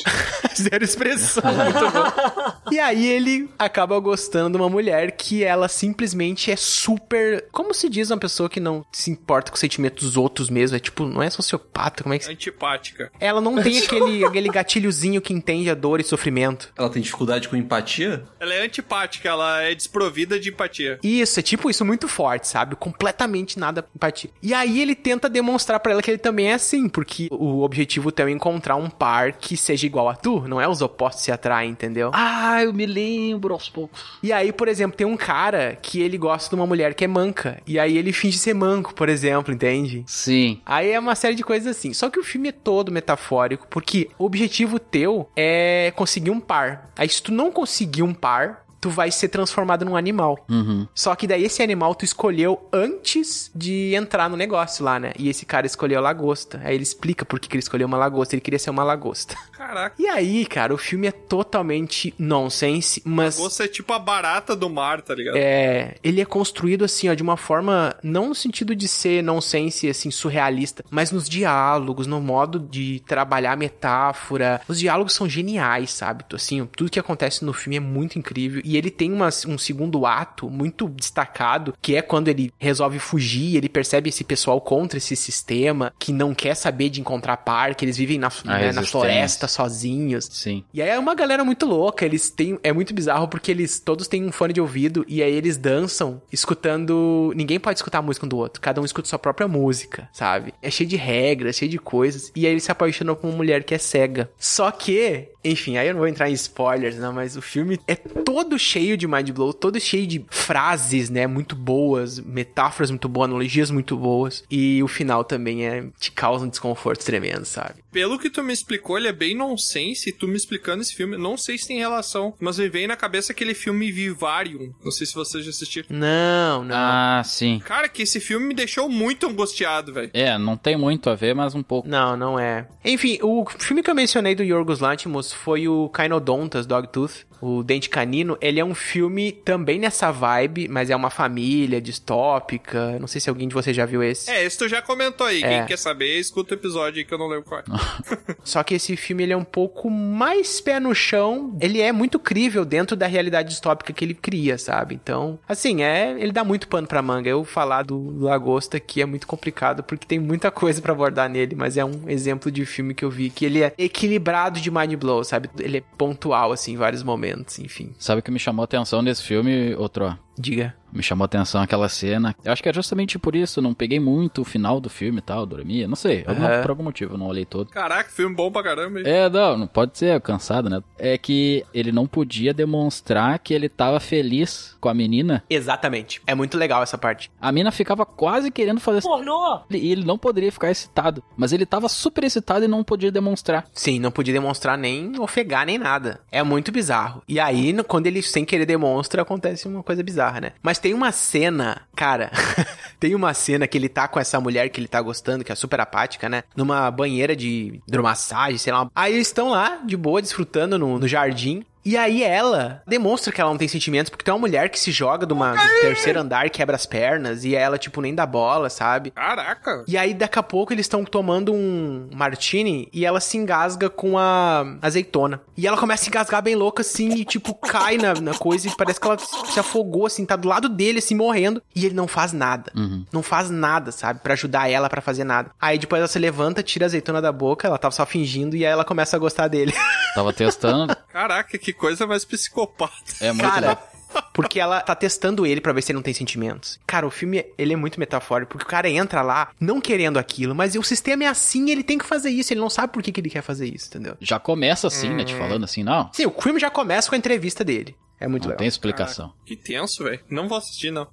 Zero expressão, muito bom. E aí ele acaba gostando de uma mulher que ela simplesmente é super. Como se diz uma pessoa que não se importa com os sentimentos dos outros mesmo? É tipo, não é sociopata, como é que. se-
Antipática.
Ela não tem aquele, aquele gatilhozinho que entende a dor e sofrimento.
Ela tem dificuldade com empatia?
Ela é antipática, ela é desprovida de empatia.
Isso, é tipo isso, muito forte, sabe? Completamente nada empatia. E aí ele tenta demonstrar pra ela que ele também é assim, porque o objetivo teu é encontrar um par que seja igual a tu, não é os opostos se atraem, entendeu?
Ah, eu me lembro aos poucos.
E aí, por exemplo, tem um cara que ele gosta de uma mulher que é manca. E aí ele finge ser manco, por exemplo, entende?
Sim.
Aí é uma série de coisas assim. Só que o filme é todo metafórico, porque o objetivo teu é conseguir um par. Aí se tu não conseguir um par, tu vai ser transformado num animal.
Uhum.
Só que daí esse animal tu escolheu antes de entrar no negócio lá, né? E esse cara escolheu a lagosta. Aí ele explica por que, que ele escolheu uma lagosta. Ele queria ser uma lagosta.
Caraca.
E aí, cara, o filme é totalmente nonsense, mas.
Você é tipo a barata do mar, tá ligado?
É, ele é construído assim, ó, de uma forma não no sentido de ser nonsense assim surrealista, mas nos diálogos, no modo de trabalhar a metáfora. Os diálogos são geniais, sabe? Tu, Assim, tudo que acontece no filme é muito incrível e ele tem uma- um segundo ato muito destacado, que é quando ele resolve fugir, ele percebe esse pessoal contra esse sistema que não quer saber de encontrar par, que eles vivem na,
A
né, na
resistência.
floresta sozinhos.
Sim.
E aí é uma galera muito louca, eles têm. É muito bizarro porque eles todos têm um fone de ouvido e aí eles dançam escutando. Ninguém pode escutar a música um do outro, cada um escuta sua própria música, sabe? É cheio de regras, cheio de coisas. E aí ele se apaixonou por uma mulher que é cega. Só que. Enfim, aí eu não vou entrar em spoilers, não, mas o filme é todo cheio de mind blow, todo cheio de frases, né, muito boas, metáforas muito boas, analogias muito boas, e o final também é te causa um desconforto tremendo, sabe?
Pelo que tu me explicou, ele é bem nonsense. E tu me explicando esse filme, não sei se tem relação, mas me veio na cabeça aquele filme Vivarium. Não sei se vocês já assistiram.
Não, não.
Ah, sim.
Cara, que esse filme me deixou muito angustiado, velho.
É, não tem muito a ver, mas um pouco.
Não, não é. Enfim, o filme que eu mencionei do Yorgos Lanthimos foi o Kainodontas Dogtooth, o Dente Canino. Ele é um filme também nessa vibe, mas é uma família distópica. Não sei se alguém de vocês já viu esse.
É, esse tu já comentou aí.
É.
Quem quer saber, escuta o episódio aí que eu não lembro qual é.
Só que esse filme ele é um pouco mais pé no chão. Ele é muito crível dentro da realidade distópica que ele cria, sabe? Então, assim, é, ele dá muito pano pra manga. Eu falar do Lagosta aqui é muito complicado porque tem muita coisa pra abordar nele, mas é um exemplo de filme que eu vi que ele é equilibrado de mind blow, sabe? Ele é pontual assim em vários momentos, enfim.
Sabe o que me chamou a atenção nesse filme, outro?
Diga.
Me chamou a atenção aquela cena. Eu acho que é justamente por isso, eu não peguei muito o final do filme e tal, dormia, não sei, alguma-
Aham.
por algum motivo, eu não olhei todo.
Caraca, filme bom pra caramba. hein?
É, não, não pode ser cansado, né? É que ele não podia demonstrar que ele tava feliz com a menina.
Exatamente. É muito legal essa parte.
A mina ficava quase querendo fazer
pornô.
E ele não poderia ficar excitado, mas ele tava super excitado e não podia demonstrar.
Sim, não podia demonstrar nem ofegar nem nada. É muito bizarro. E aí, no- quando ele sem querer demonstra, acontece uma coisa bizarra, né? Mas tem uma cena, cara, tem uma cena que ele tá com essa mulher que ele tá gostando, que é super apática, né? Numa banheira de hidromassagem, sei lá. Aí eles estão lá, de boa, desfrutando no, no jardim. E aí ela demonstra que ela não tem sentimentos, porque tem uma mulher que se joga de uma do terceiro andar, quebra as pernas, e ela, tipo, nem dá bola, sabe?
Caraca!
E aí, daqui a pouco, eles estão tomando um martini e ela se engasga com a azeitona. E ela começa a se engasgar bem louca, assim, e tipo, cai na, na coisa e parece que ela se afogou, assim, tá do lado dele, assim, morrendo. E ele não faz nada. Não faz nada, sabe? Pra ajudar ela pra fazer nada. Aí depois ela se levanta, tira a azeitona da boca, ela tava só fingindo, e aí ela começa a gostar dele.
Tava testando.
Caraca, que coisa mais psicopata.
É muito
Cara,
louco.
Porque ela tá testando ele pra ver se ele não tem sentimentos. Cara, o filme, ele é muito metafórico, porque o cara entra lá não querendo aquilo, mas o sistema é assim, ele tem que fazer isso, ele não sabe por que, que ele quer fazer isso, entendeu?
Já começa assim, né? Te falando assim, não.
Sim, o crime já começa com a entrevista dele. É muito
Não
legal.
tem explicação.
Que tenso, velho. Não vou assistir, não.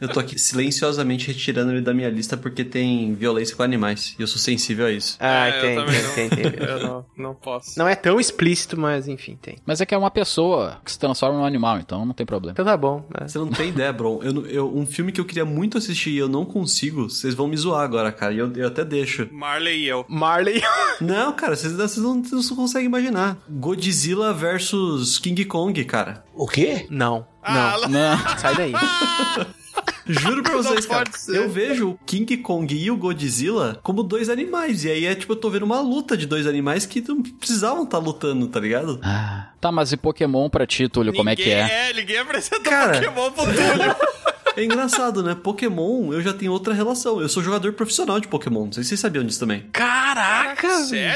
Eu tô aqui silenciosamente retirando ele da minha lista porque tem violência com animais. E eu sou sensível a isso.
Ah,
É, eu
tem,
também
tem,
não.
tem, tem.
Eu não, não posso.
Não é tão explícito, mas enfim, tem.
Mas é que é uma pessoa que se transforma num animal, então não tem problema.
Então tá bom.
Você não tem ideia, Bron. Eu, não- eu- um filme que eu queria muito assistir e eu não consigo, vocês vão me zoar agora, cara. E eu, eu até deixo.
Marley e eu.
Marley.
Não, cara, vocês, vocês não, vocês não conseguem imaginar. Godzilla versus King Kong, cara.
O quê? Não.
Ah,
não. Sai daí.
Juro pra
Não
vocês, cara.
pode ser.
Eu vejo o King Kong e o Godzilla como dois animais. E aí é tipo, eu tô vendo uma luta de dois animais que não precisavam estar lutando, tá ligado?
Tá, mas e Pokémon pra ti, Túlio, como é que é?
ninguém apresenta
Cara,
Pokémon pro Túlio.
É engraçado, né? Pokémon, eu já tenho outra relação. Eu sou jogador profissional de Pokémon. Não sei se vocês sabiam disso também.
Caraca,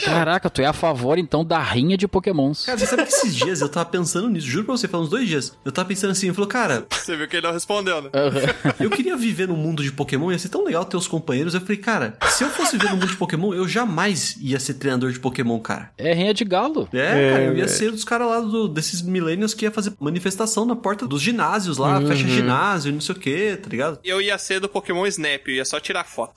Caraca, tu é a favor então da rinha de Pokémons.
Cara, você sabe que esses dias eu tava pensando nisso, juro pra você, faz uns dois dias. Eu tava pensando assim, eu falei, cara,
Você viu que ele não respondeu, né?
Ah.
eu queria viver num mundo de Pokémon, ia ser tão legal ter os companheiros. Eu falei, cara, se eu fosse viver num mundo de Pokémon, eu jamais ia ser treinador de Pokémon, cara.
É rinha de galo.
É, cara, eu ia ser dos caras lá do- desses millennials que ia fazer manifestação na porta dos ginásios lá,
Uhum.
fecha ginásio, não sei o que, tá ligado?
Eu ia ser do Pokémon Snap, eu ia só tirar foto.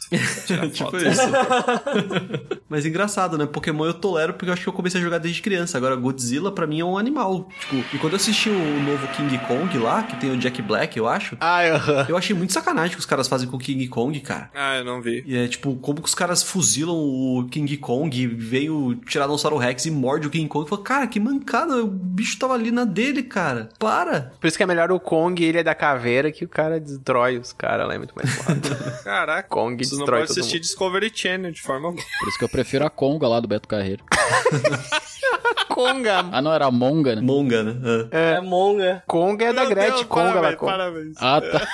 tipo isso. Mas engraçado, né? Pokémon eu tolero porque eu acho que eu comecei a jogar desde criança. Agora, Godzilla pra mim é um animal. Tipo, e quando eu assisti o novo King Kong lá, que tem o Jack Black, eu acho.
Ah, eu...
Eu achei muito sacanagem que os caras fazem com o King Kong, cara.
Ah, eu não vi.
E é tipo, como que os caras fuzilam o King Kong, vem o Tiranossauro Rex e morde o King Kong. Fala, cara, que mancada, o bicho tava ali na dele, cara. Para!
Por isso que é melhor o Kong Ilha da Caveira, que o cara destrói os caras lá, é muito mais foda.
Caraca,
Kong
você não
destrói
pode
todo
assistir
mundo.
Discovery Channel de forma alguma.
Por isso que eu prefiro a Conga lá do Beto Carreiro.
Conga.
Ah, não, era a Monga, né?
Monga, né?
É,
É monga.
Conga é da
Meu
Gretchen,
Deus,
Conga da
parabéns,
Conga.
parabéns.
Ah, tá.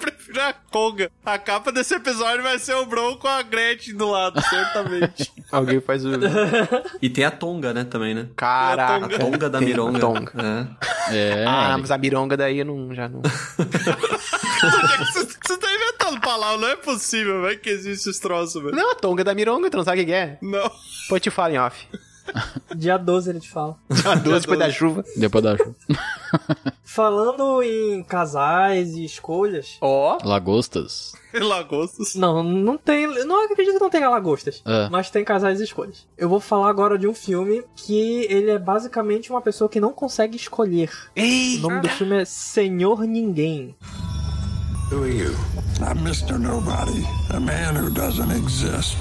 Prefiro a Conga. A capa desse episódio vai ser o Bron com a Gretchen do lado, certamente.
Alguém faz o...
E tem a Tonga, né, também, né?
Caraca.
A Tonga da
tem a
Mironga.
Tonga.
É.
É.
Ah, mas a Mironga daí eu não, já não...
Você você tá inventando palavra, não é possível, velho, que existe esse troço, velho.
Não, a Tonga da Mironga, tu não sabe o que que é?
Não.
Depois te falo em off.
Dia 12 ele te fala.
A 12 depois da chuva.
Depois da chuva.
Falando em casais e escolhas.
Ó.
Lagostas.
Lagostas.
Não, não tem. eu Não acredito que não tenha lagostas.
É.
Mas tem casais e escolhas. Eu vou falar agora de um filme que ele é basicamente uma pessoa que não consegue escolher.
Ei!
O nome do filme é Senhor Ninguém.
Who are you? I'm Mr. Nobody, a man who doesn't exist.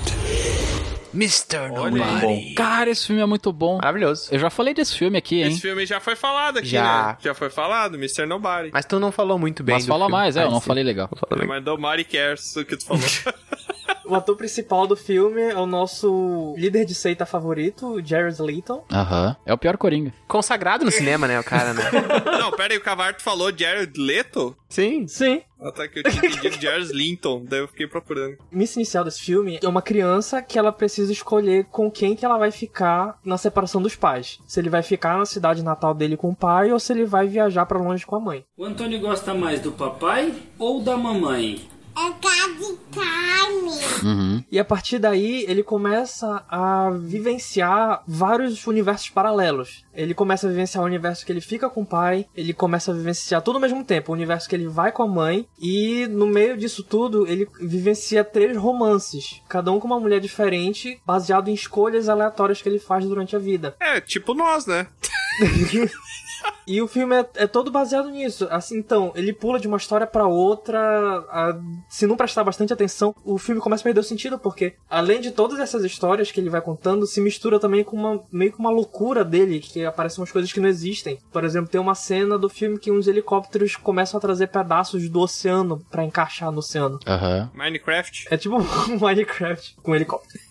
Mr.
Olha aí.
Cara, esse filme é muito bom.
Maravilhoso.
Eu já falei desse filme aqui, hein?
Esse filme já foi falado aqui,
Já.
né? Já foi falado, Mr. Nobody.
Mas tu não falou muito bem
Mas
do
fala
filme.
mais, é, eu
Ah,
não
sim.
falei legal.
Não falou bem.
Mas nobody cares o que tu falou.
O ator principal do filme é o nosso líder de seita favorito, o Jared Leto.
Aham. É o pior Coringa.
Consagrado no cinema, né, o cara, né?
não, pera aí, o Cavarto falou Jared Leto?
Sim.
Sim.
Ah, tá, que eu tinha entendido Jared Linton, daí eu fiquei procurando.
missa inicial desse filme é uma criança que ela precisa escolher com quem que ela vai ficar na separação dos pais. Se ele vai ficar na cidade natal dele com o pai ou se ele vai viajar pra longe com a mãe.
O Antônio gosta mais do papai ou da mamãe?
Uhum,
E a partir daí, ele começa a vivenciar vários universos paralelos. Ele começa a vivenciar o universo que ele fica com o pai, ele começa a vivenciar tudo ao mesmo tempo, o universo que ele vai com a mãe, e no meio disso tudo, ele vivencia três romances, cada um com uma mulher diferente, baseado em escolhas aleatórias que ele faz durante a vida.
É, tipo nós, né?
E o filme é, é todo baseado nisso. Assim, então, ele pula de uma história pra outra. a- se não prestar bastante atenção, o filme começa a perder o sentido, porque além de todas essas histórias que ele vai contando, se mistura também com uma meio com uma loucura dele, que aparecem umas coisas que não existem. Por exemplo, tem uma cena do filme que uns helicópteros começam a trazer pedaços do oceano pra encaixar no oceano.
Aham.
Minecraft.
É tipo um Minecraft com helicóptero.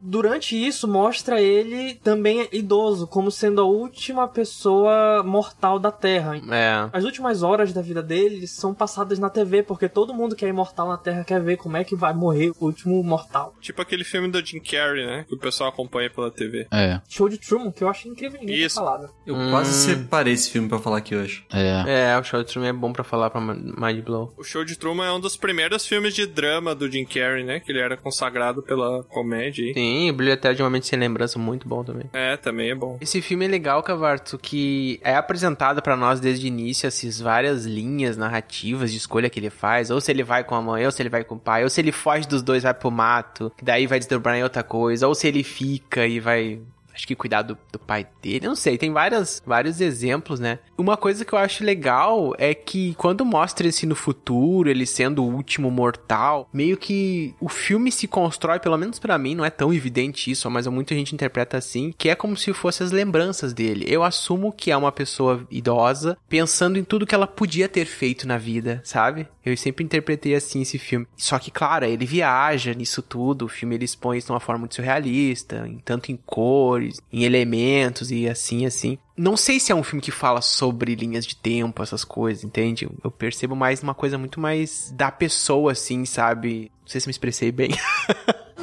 Durante isso, mostra ele também idoso, como sendo a última pessoa mortal da Terra.
É.
As últimas horas da vida dele são passadas na TV, porque todo mundo que é imortal na Terra quer ver como é que vai morrer o último mortal.
Tipo aquele filme do Jim Carrey, né? Que o pessoal acompanha pela TV.
É.
Show de Truman, que eu acho incrível ninguém ter
Isso.
falado.
Eu quase separei esse filme pra falar aqui hoje.
É.
É, o show de filme é bom pra falar pra Mind Blow.
O Show de Truman é um dos primeiros filmes de drama do Jim Carrey, né? Que ele era consagrado pela comédia. aí.
Sim, Bilhetério de uma Mente Sem Lembrança, muito bom também.
É, também é bom.
Esse filme é legal, Cavarto, que é apresentado pra nós desde o início essas várias linhas narrativas de escolha que ele faz, ou se ele vai com a mãe, ou se ele vai com o pai, ou se ele foge dos dois, vai pro mato, que daí vai desdobrar em outra coisa, ou se ele fica e vai acho que cuidar do, do pai dele, eu não sei, tem várias, vários exemplos, né? Uma coisa que eu acho legal é que quando mostra esse no futuro, ele sendo o último mortal, meio que o filme se constrói, pelo menos pra mim, não é tão evidente isso, mas muita gente interpreta assim, que é como se fossem as lembranças dele. Eu assumo que é uma pessoa idosa, pensando em tudo que ela podia ter feito na vida, sabe? Eu sempre interpretei assim esse filme. Só que, claro, ele viaja nisso tudo, o filme ele expõe isso de uma forma muito surrealista, em, tanto em cores, em elementos e assim, assim não sei se é um filme que fala sobre linhas de tempo, essas coisas, entende? Eu percebo mais uma coisa muito mais da pessoa, assim, sabe? Não sei se me expressei bem.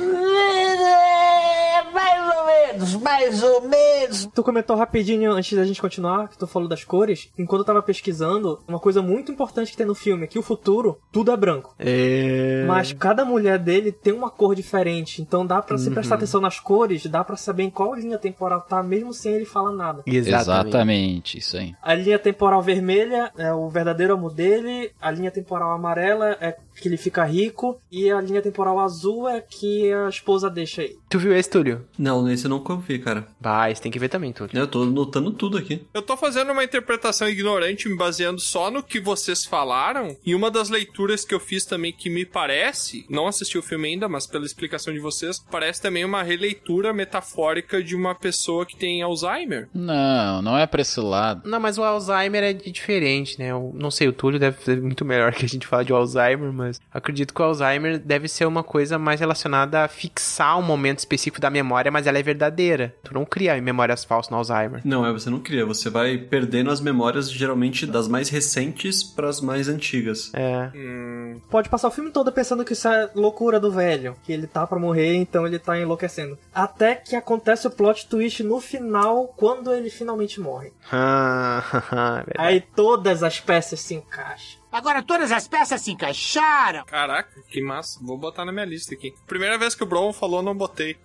É mais ou menos, mais ou menos. Tu comentou rapidinho antes da gente continuar, que tu falou das cores. Enquanto eu tava pesquisando, uma coisa muito importante que tem no filme é que o futuro, tudo é branco.
É...
Mas cada mulher dele tem uma cor diferente. Então dá pra se
Uhum.
prestar atenção nas cores, dá pra saber em qual linha temporal tá, mesmo sem ele falar nada.
Exatamente, isso aí.
A linha temporal vermelha é o verdadeiro amor dele, a linha temporal amarela é que ele fica rico, e a linha temporal azul é que a esposa deixa ele.
Tu viu esse, Túlio?
Não, esse eu não vi, cara.
Vai, você tem que ver também, Túlio.
Eu tô notando tudo aqui.
Eu tô fazendo uma interpretação ignorante, me baseando só no que vocês falaram. E uma das leituras que eu fiz também, que me parece, não assisti o filme ainda, mas pela explicação de vocês, parece também uma releitura metafórica de uma pessoa que tem Alzheimer.
Não, não é pra esse lado.
Não, mas o Alzheimer é di- diferente, né? Eu não sei, o Túlio deve ser muito melhor que a gente fala de Alzheimer, mas acredito que o Alzheimer deve ser uma coisa mais relacionada a fixar um momento específico da memória, mas ela é verdadeira. Tu não cria memórias falsas no Alzheimer.
Não, é você não cria, você vai perdendo as memórias geralmente das mais recentes pras mais antigas.
É.
Pode passar o filme todo pensando que isso é loucura do velho, que ele tá pra morrer, então ele tá enlouquecendo. Até que acontece o plot twist no final, quando ele finalmente morre.
Ah, é
Aí todas as peças se encaixam.
Agora todas as peças se encaixaram.
Caraca, que massa. Vou botar na minha lista aqui. Primeira vez que o Bron falou, não botei.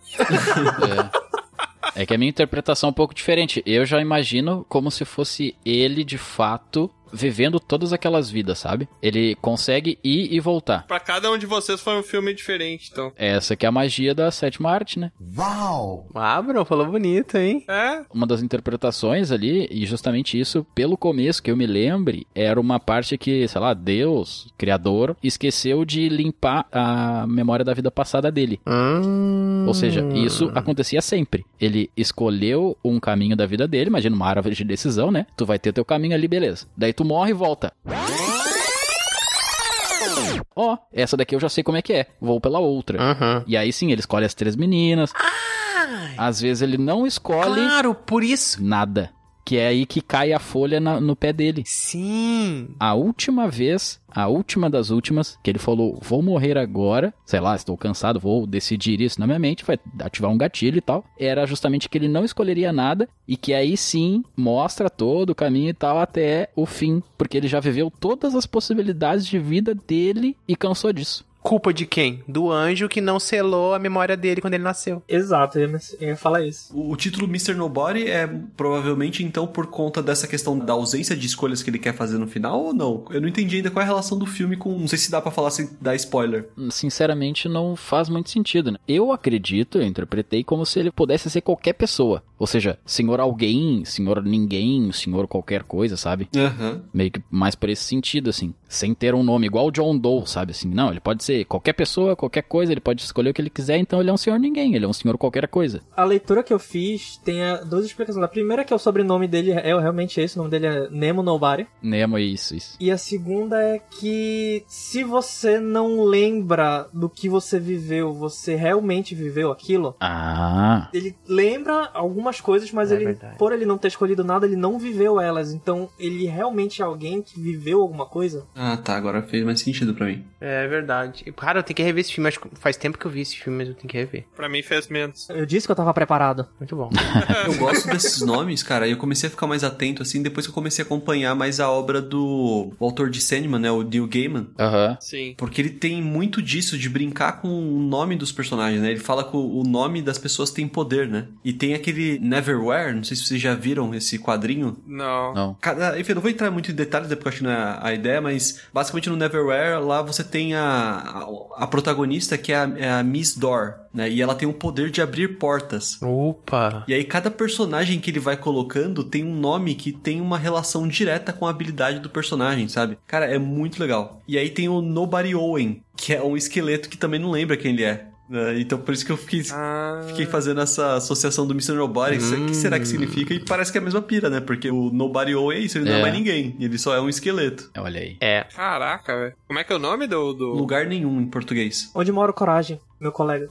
É que a minha interpretação é um pouco diferente. Eu já imagino como se fosse ele, de fato, vivendo todas aquelas vidas, sabe? Ele consegue ir e voltar.
Pra cada um de vocês foi um filme diferente, então.
Essa que é a magia da sétima arte, né?
Uau! Ah, Bruno, falou bonito, hein?
É?
Uma das interpretações ali, e justamente isso, pelo começo que eu me lembre, era uma parte que, sei lá, Deus, Criador, esqueceu de limpar a memória da vida passada dele. Ou seja,
Hum.
isso acontecia sempre. Ele escolheu um caminho da vida dele, imagina uma árvore de decisão, né? Tu vai ter teu caminho ali, beleza. Daí tu morre e volta. Ó, essa daqui eu já sei como é que é. Vou pela outra.
Ah.
E aí sim, ele escolhe as três meninas. Às vezes ele não escolhe.
Claro, por isso.
Nada. Que é aí que cai a folha na- no pé dele.
Sim.
A última vez, a última das últimas, que ele falou: vou morrer agora. Sei lá, estou cansado, vou decidir isso na minha mente. Vai ativar um gatilho e tal. Era justamente que ele não escolheria nada. E que aí sim mostra todo o caminho e tal até o fim. Porque ele já viveu todas as possibilidades de vida dele e cansou disso.
Culpa de quem? Do anjo que não selou a memória dele quando ele nasceu.
Exato, eu ia- eu ia falar isso.
O o título Mr. Nobody é provavelmente então por conta dessa questão da ausência de escolhas que ele quer fazer no final ou não? Eu não entendi ainda qual é a relação do filme com. Não sei se dá pra falar sem dar spoiler.
sinceramente não faz muito sentido. Né? Eu acredito, eu interpretei como se ele pudesse ser qualquer pessoa. Ou seja, senhor alguém, senhor ninguém, senhor qualquer coisa, sabe?
Aham.
Meio que mais por esse sentido, assim. Sem ter um nome, igual o John Doe, sabe? Assim, não, ele pode ser qualquer pessoa, qualquer coisa, ele pode escolher o que ele quiser, então ele é um senhor ninguém, ele é um senhor qualquer coisa.
A leitura que eu fiz tem eh, duas explicações. A primeira é que o sobrenome dele é realmente esse, o nome dele é Nemo Nobody.
Nemo é isso, isso.
E a segunda é que se você não lembra do que você viveu, você realmente viveu aquilo.
Ah.
Ele lembra algumas coisas,
É
mas ele, por ele não ter escolhido nada, ele não viveu elas. Então, ele realmente é alguém que viveu alguma coisa?
Ah, tá. Agora fez mais sentido pra mim.
É verdade. E, Cara, eu tenho que rever esse filme. Acho que faz tempo que eu vi esse filme, mas eu tenho que rever.
Pra mim fez menos.
Eu disse que eu tava preparado.
Muito bom.
Eu gosto desses nomes, cara, e eu comecei a ficar mais atento, assim, depois que eu comecei a acompanhar mais a obra do o autor de Sandman, né, o Neil Gaiman.
Aham.
Sim.
Porque ele tem muito disso, de brincar com o nome dos personagens, né? Ele fala que o o nome das pessoas tem poder, né? E tem aquele Neverwhere, não sei se vocês já viram esse quadrinho,
Não.
Não.
Cara, enfim, eu não vou entrar muito em detalhes, né, porque eu acho que não é a ideia, mas mas basicamente no Neverwhere lá você tem a, a, a protagonista que é a, é a Miss Door, né? E ela tem o poder de abrir portas.
Opa!
E aí cada personagem que ele vai colocando tem um nome que tem uma relação direta com a habilidade do personagem, sabe? Cara, é muito legal. E aí tem o Nobody Owen, que é um esqueleto que também não lembra quem ele é. né? Então por isso que eu fiquei, fiquei fazendo essa associação do Mr. Nobody, que se- que será que significa? E parece que é a mesma pira, né? Porque o Nobody Owen é isso, ele não é
É.
mais ninguém, ele só é um esqueleto.
Olha aí.
É.
Caraca, velho. Como é que é o nome do. do...
Lugar nenhum em português.
Onde mora o Coragem, meu colega.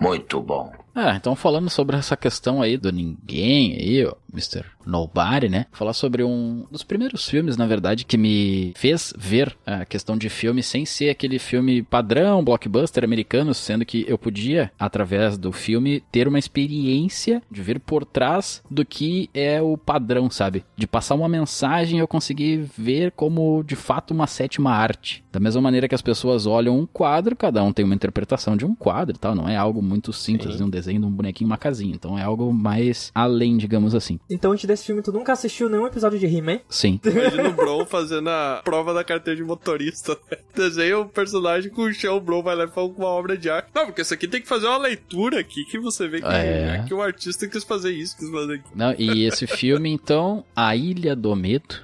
Muito bom. Ah, então falando sobre essa questão aí do ninguém aí, ó, Mr. Nobody, né? Falar sobre um dos primeiros filmes, na verdade, que me fez ver a questão de filme sem ser aquele filme padrão, blockbuster americano, sendo que eu podia, através do filme, ter uma experiência de ver por trás do que é o padrão, sabe? De passar uma mensagem, eu consegui ver como, de fato, uma sétima arte. Da mesma maneira que as pessoas olham um quadro, cada um tem uma interpretação de um quadro e tal, não é algo muito simples,
Sim.
um desenho de um bonequinho, uma casinha. Então é algo mais além, digamos assim.
Então, antes desse filme, tu nunca assistiu nenhum episódio de He-Man?
Sim.
Imagina o Bron fazendo a prova da carteira de motorista. né? Desenha um personagem com o chão, o Bron vai lá e faz uma obra de arte. Não, porque isso aqui tem que fazer uma leitura aqui que você vê que,
É.
que o artista quis fazer isso, quis fazer aquilo.
Não, e esse filme, então, A Ilha do Medo.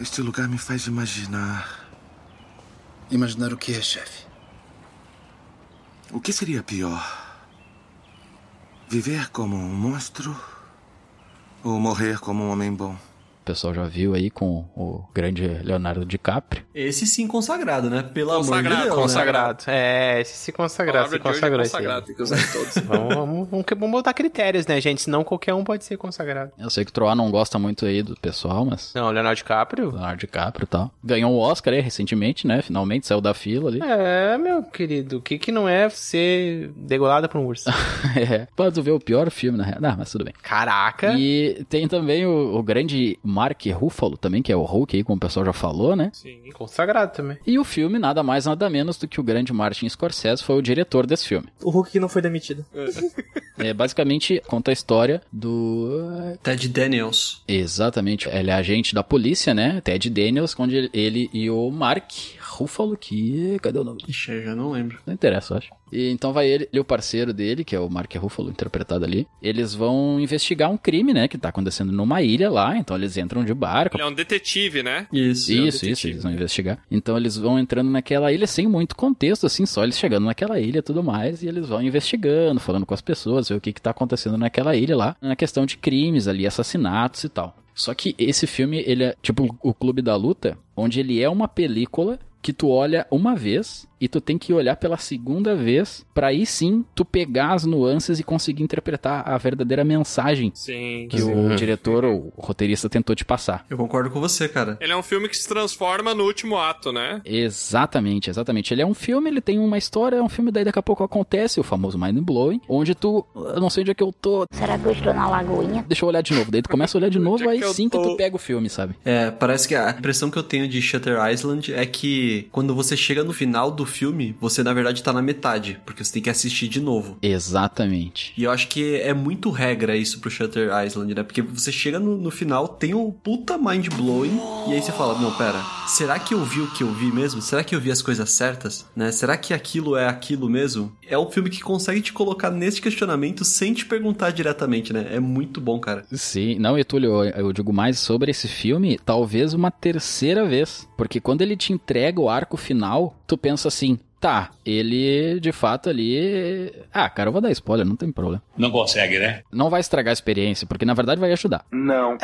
Este lugar me faz imaginar. Imaginar o que é, chefe? O que seria pior? Viver como um monstro ou morrer como um homem bom?
O pessoal já viu aí com o grande Leonardo DiCaprio.
Esse sim consagrado, né? Pelo amor de
Consagrado,
Deus. né?
consagrado. É, esse se consagrado,
Palavra de hoje
se
é
consagrou.
consagrado,
esse
tem
aí.
que usar todos.
vamos, vamos, vamos, vamos botar critérios, né, gente? Senão qualquer um pode ser consagrado.
Eu sei que o Troá não gosta muito aí do pessoal, mas.
Não, Leonardo DiCaprio?
Leonardo DiCaprio e tal. Ganhou o Oscar aí recentemente, né? Finalmente saiu da fila ali.
É, meu querido, o que que não é ser degolado por um urso?
É. Pode ver o pior filme, na real. Não, mas tudo bem.
Caraca!
E tem também o, o grande Mark Ruffalo também, que é o Hulk aí, como o pessoal já falou, né?
Sim, consagrado também.
E o filme, nada mais, nada menos do que o grande Martin Scorsese foi o diretor desse filme.
O Hulk que não foi demitido.
É, basicamente, conta a história do...
Ted Daniels.
Exatamente. Ele é agente da polícia, né? Ted Daniels, onde ele, ele e o Mark Ruffalo, que... Cadê o nome?
Ixi, eu já não lembro.
Não interessa, eu acho. E então vai ele e o parceiro dele, que é o Mark Ruffalo, interpretado ali. Eles vão investigar um crime, né? Que tá acontecendo numa ilha lá. Então eles entram de barco.
Ele é um detetive, né?
Isso,
isso, isso, eles vão investigar. Então eles vão entrando naquela ilha sem muito contexto, assim, só eles chegando naquela ilha e tudo mais, e eles vão investigando, falando com as pessoas, ver o que, que tá acontecendo naquela ilha lá, na questão de crimes ali, assassinatos e tal. Só que esse filme, ele é tipo o Clube da Luta, onde ele é uma película que tu olha uma vez e tu tem que olhar pela segunda vez pra aí sim tu pegar as nuances e conseguir interpretar a verdadeira mensagem
Sim.
que o diretor ou o roteirista tentou te passar.
Eu concordo com você, cara.
Ele é um filme que se transforma no último ato, né?
Exatamente, exatamente. Ele é um filme, ele tem uma história, é um filme, daí daqui a pouco acontece o famoso Mind Blowing, onde tu. Eu não sei onde é que eu tô.
Será que eu estou na lagoinha?
Deixa eu olhar de novo. Daí tu começa a olhar de novo, aí
é que eu
sim que
tô?
tu pega o filme, sabe?
É, parece que a impressão que eu tenho de Shutter Island é que quando você chega no final do filme, você na verdade tá na metade, porque você tem que assistir de novo.
Exatamente.
E eu acho que é muito regra isso pro Shutter Island, né? Porque você chega no, no final, tem um puta mind blowing, e aí você fala: Não, pera, será que eu vi o que eu vi mesmo? Será que eu vi as coisas certas? Né? Será que aquilo é aquilo mesmo? É um filme que consegue te colocar nesse questionamento sem te perguntar diretamente, né? É muito bom, cara.
Sim, não, Etúlio, eu, eu digo mais sobre esse filme, talvez uma terceira vez. Porque quando ele te entrega o arco final, tu pensa assim, tá, ele de fato ali. Ah, cara, eu vou dar spoiler, não tem problema.
Não consegue, né?
Não vai estragar a experiência, porque na verdade vai ajudar.
Não.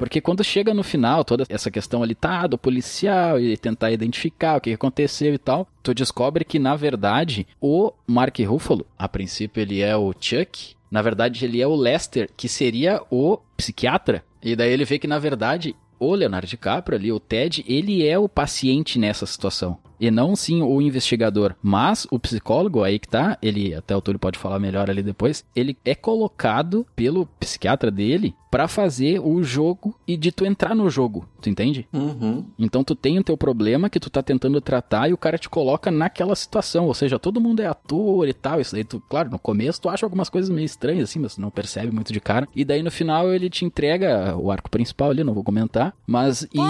Porque quando chega no final, toda essa questão ali, tá, do policial e tentar identificar o que aconteceu e tal, tu descobre que, na verdade, o Mark Ruffalo, a princípio ele é o Chuck, na verdade ele é o Lester, que seria o psiquiatra. E daí ele vê que, na verdade, o Leonardo DiCaprio ali, o Ted, ele é o paciente nessa situação. E não sim o investigador, mas o psicólogo aí que tá, ele até o Túlio pode falar melhor ali depois, ele é colocado pelo psiquiatra dele pra fazer o jogo e de tu entrar no jogo, tu entende?
Uhum.
Então tu tem o teu problema que tu tá tentando tratar e o cara te coloca naquela situação, ou seja, todo mundo é ator e tal, isso daí tu, claro, no começo tu acha algumas coisas meio estranhas assim, mas tu não percebe muito de cara. E daí no final ele te entrega o arco principal ali, não vou comentar, mas em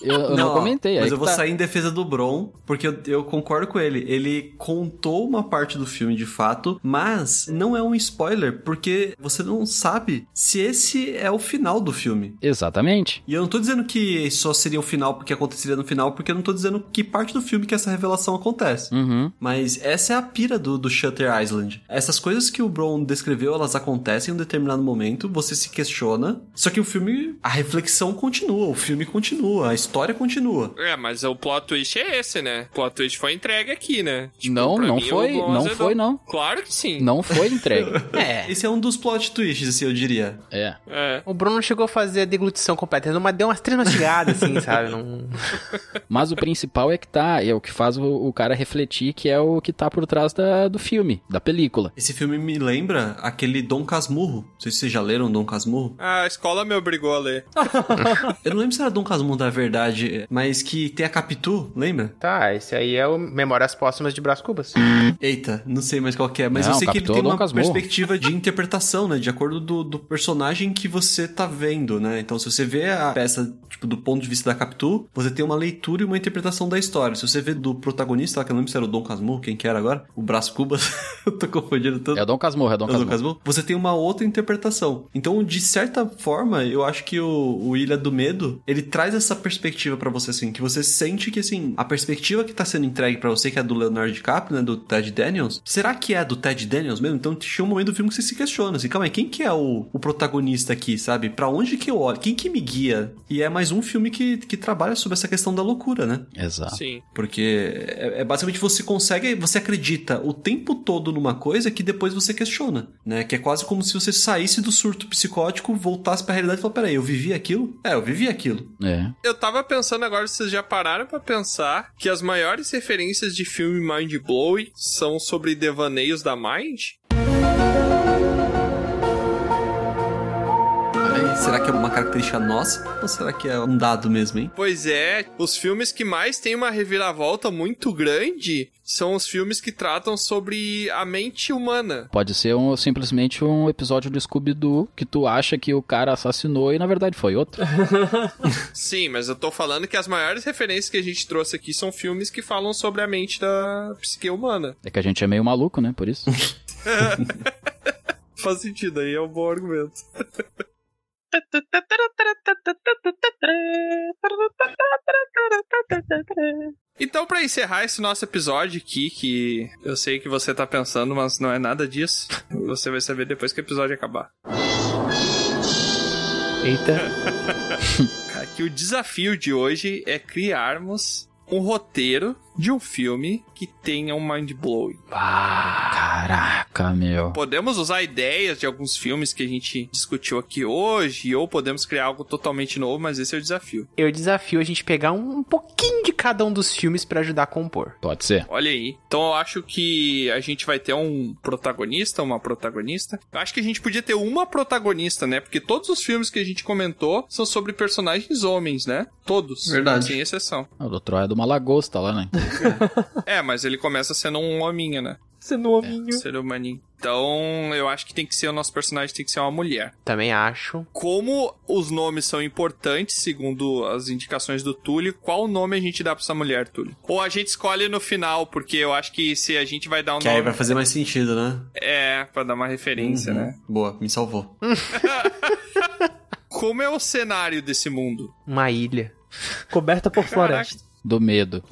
Eu, eu não, comentei.
Mas
aí
eu
que
vou
tá.
sair em defesa do Bron, porque eu, eu concordo com ele. Ele contou uma parte do filme de fato, mas não é um spoiler, porque você não sabe se esse é o final do filme.
Exatamente.
E eu não tô dizendo que só seria o final porque aconteceria no final, porque eu não tô dizendo que parte do filme que essa revelação acontece.
Uhum.
Mas essa é a pira do, do Shutter Island. Essas coisas que o Bron descreveu, elas acontecem em um determinado momento, você se questiona. Só que o filme, a reflexão continua, o filme continua, a história continua.
É, mas o plot twist é esse, né? O plot twist foi entregue aqui, né? Tipo,
Não,
pra
não
mim, o
foi,
Bronze
não
é do-
foi, não.
Claro que sim.
Não foi entregue.
É.
Esse é um dos plot twists, assim, eu diria.
É.
O Bruno não chegou a fazer a deglutição completa, ele deu umas três mastigadas, assim, sabe? Não...
Mas o principal é que tá, é o que faz o, o cara refletir, que é o que tá por trás da- do filme, da película.
Esse filme me lembra aquele Dom Casmurro. Não sei se vocês já leram Dom Casmurro.
A escola me obrigou a ler.
Eu não lembro se era Dom Casmurro da verdade, mas que tem a Capitu, lembra?
Tá, esse aí é o Memórias Póstumas de Brás Cubas.
Eita, não sei mais qual que é, mas
Hum. Não,
eu sei que ele
Capitu é
tem
Dom
uma
Casmurro.
perspectiva de interpretação, né? De acordo do, do personagem que você tá vendo, né? Então, se você vê a peça, tipo, do ponto de vista da Capitu, você tem uma leitura e uma interpretação da história. Se você vê do protagonista, lá, que eu não lembro se era o Dom Casmurro, quem que era agora, o Brás Cubas, eu tô confundindo tanto.
É o Dom Casmurro, é o Dom
É o Dom
Casmurro.
Casmurro, você tem uma outra interpretação. Então, de certa forma, eu acho que o, o Ilha do Medo, ele traz essa perspectiva pra você, assim, que você sente que, assim, a perspectiva que tá sendo entregue pra você, que é do Leonardo DiCaprio, né, do Ted Daniels, será que é a do Ted Daniels mesmo? Então, tinha um momento do filme que você se questiona, assim, calma aí, quem que é o, o protagonista aqui, sabe? Pra onde que eu olho? Quem que me guia? E é mais um filme que, que trabalha sobre essa questão da loucura, né?
Exato.
Sim.
Porque é, é basicamente você consegue, você acredita o tempo todo numa coisa que depois você questiona, né? Que é quase como se você saísse do surto psicótico, voltasse pra realidade e falasse, peraí, eu vivi aquilo? É, eu vivi aquilo.
É.
Eu tava pensando agora, vocês já pararam pra pensar que as maiores referências de filme Mind Blowing são sobre devaneios da Mind?
Olha aí, será que é uma característica nossa? Ou será que é um dado mesmo, hein?
Pois é, os filmes que mais têm uma reviravolta muito grande são os filmes que tratam sobre a mente humana.
Pode ser um, simplesmente um episódio do Scooby-Doo que tu acha que o cara assassinou e na verdade foi outro.
Sim, mas eu tô falando que as maiores referências que a gente trouxe aqui são filmes que falam sobre a mente da psique humana.
É que a gente é meio maluco, né? Por isso.
Faz sentido, aí é um bom argumento. Então, pra encerrar esse nosso episódio aqui, que eu sei que você tá pensando, mas não é nada disso, você vai saber depois que o episódio acabar. Cara, que o desafio de hoje é criarmos um roteiro de um filme que tenha um mind blowing.
Caraca, meu.
Podemos usar ideias de alguns filmes que a gente discutiu aqui hoje, ou podemos criar algo totalmente novo, mas esse é o desafio.
Eu desafio a gente pegar um, um pouquinho de cada um dos filmes pra ajudar a compor.
Pode ser.
Olha aí. Então eu acho que a gente vai ter um protagonista, uma protagonista. Eu acho que a gente podia ter uma protagonista, né? Porque todos os filmes que a gente comentou são sobre personagens homens, né? Todos.
Verdade.
Sem exceção.
O do Troia é de uma lagosta lá, né?
É, mas ele começa sendo um hominho, né?
Sendo um hominho.
Ser humaninho. Então, eu acho que tem que ser, o nosso personagem tem que ser uma mulher.
Também acho.
Como os nomes são importantes, segundo as indicações do Túlio, qual nome a gente dá pra essa mulher, Túlio? Ou a gente escolhe no final, porque eu acho que se a gente vai dar um
Que aí
nome.
vai fazer mais sentido, né?
É, pra dar uma referência,
Uhum.
né?
Boa, me salvou.
Como é o cenário desse mundo?
Uma ilha.
Coberta por floresta.
Do medo.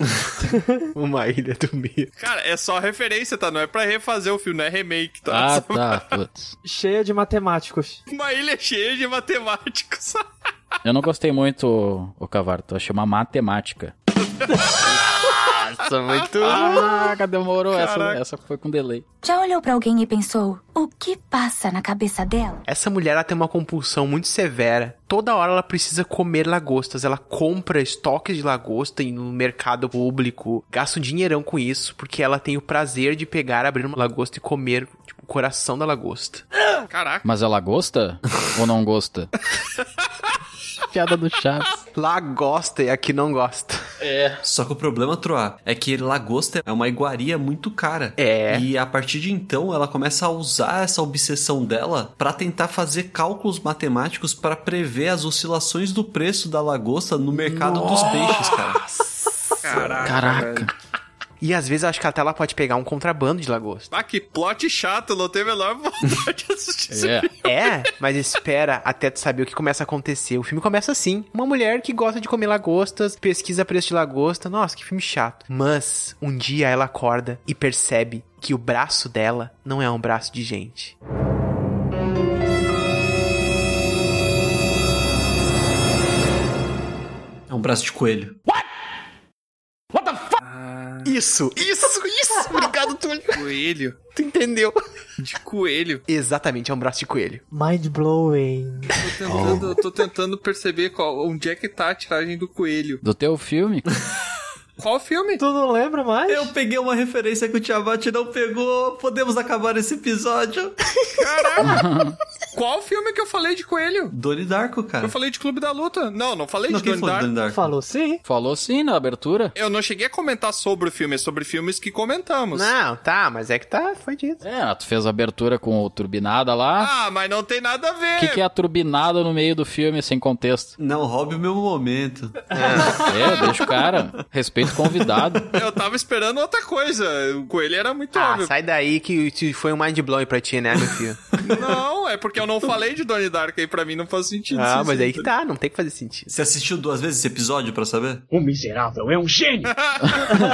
Uma ilha do meio.
Cara, é só referência, tá? Não é pra refazer o filme, não é remake, tá?
Ah, tá. Putz.
Cheia de matemáticos.
Uma ilha cheia de matemáticos.
Eu não gostei muito, ô- ô Cavarto. Achei uma matemática.
Nossa, muito.
Caraca, demorou. Essa,
Caraca.
essa foi com delay.
Já olhou pra alguém e pensou: o que passa na cabeça dela?
Essa mulher ela tem uma compulsão muito severa. Toda hora ela precisa comer lagostas. Ela compra estoques de lagosta em- no mercado público. Gasta um dinheirão com isso, porque ela tem o prazer de pegar, abrir uma lagosta e comer tipo, o coração da lagosta.
Caraca.
Mas ela gosta ou não gosta? Piada do Chaves.
Lá gosta e aqui é não gosta.
É. Só que o problema, Troá, é que lagosta é uma iguaria muito cara.
É.
E a partir de então, ela começa a usar essa obsessão dela pra tentar fazer cálculos matemáticos pra prever as oscilações do preço da lagosta no mercado dos peixes, cara.
Caraca.
Caraca.
E às vezes eu acho que até ela pode pegar um contrabando de lagosta.
Ah, que plot chato, não teve a menor vontade de assistir esse
É.
filme.
É, mas espera até tu saber o que começa a acontecer. O filme começa assim: uma mulher que gosta de comer lagostas, pesquisa preço de lagosta. Nossa, que filme chato. Mas um dia ela acorda e percebe que o braço dela não é um braço de gente.
É um braço de coelho.
Isso, isso, isso! Obrigado, Túlio.
Coelho.
Tu entendeu?
De coelho.
Exatamente, é um braço de coelho.
Mind blowing.
Tô tentando, tô tentando perceber qual, onde é que tá a tiragem do coelho.
Do teu filme?
Qual filme?
Tu não lembra mais?
Eu peguei uma referência que o Tiamat não pegou. Podemos acabar esse episódio.
Qual filme que eu falei de coelho?
Doni Darko, cara.
Eu falei de Clube da Luta. Não, não falei
Não,
de
quem
Donnie
falou do
Darko.
Donnie Darko?
Falou sim.
Falou sim na abertura.
Eu não cheguei a comentar sobre o filme, é sobre filmes que comentamos.
Não, tá, mas é que tá, foi dito.
É, tu fez a abertura com o Turbinada lá.
Ah, mas não tem nada a ver.
O que, que é a turbinada no meio do filme, sem contexto?
Não roube o meu momento.
É, deixa o cara. Respeito o convidado.
Eu tava esperando outra coisa. O coelho era muito
Ah,
óbvio.
sai daí que isso foi um mind blowing pra ti, né, meu filho?
Não, é porque eu não falei de Donnie Darko aí pra mim não faz sentido.
ah,
Sim,
mas
sim.
aí que tá, não tem que fazer sentido.
Você assistiu duas vezes esse episódio pra saber?
O miserável é um gênio.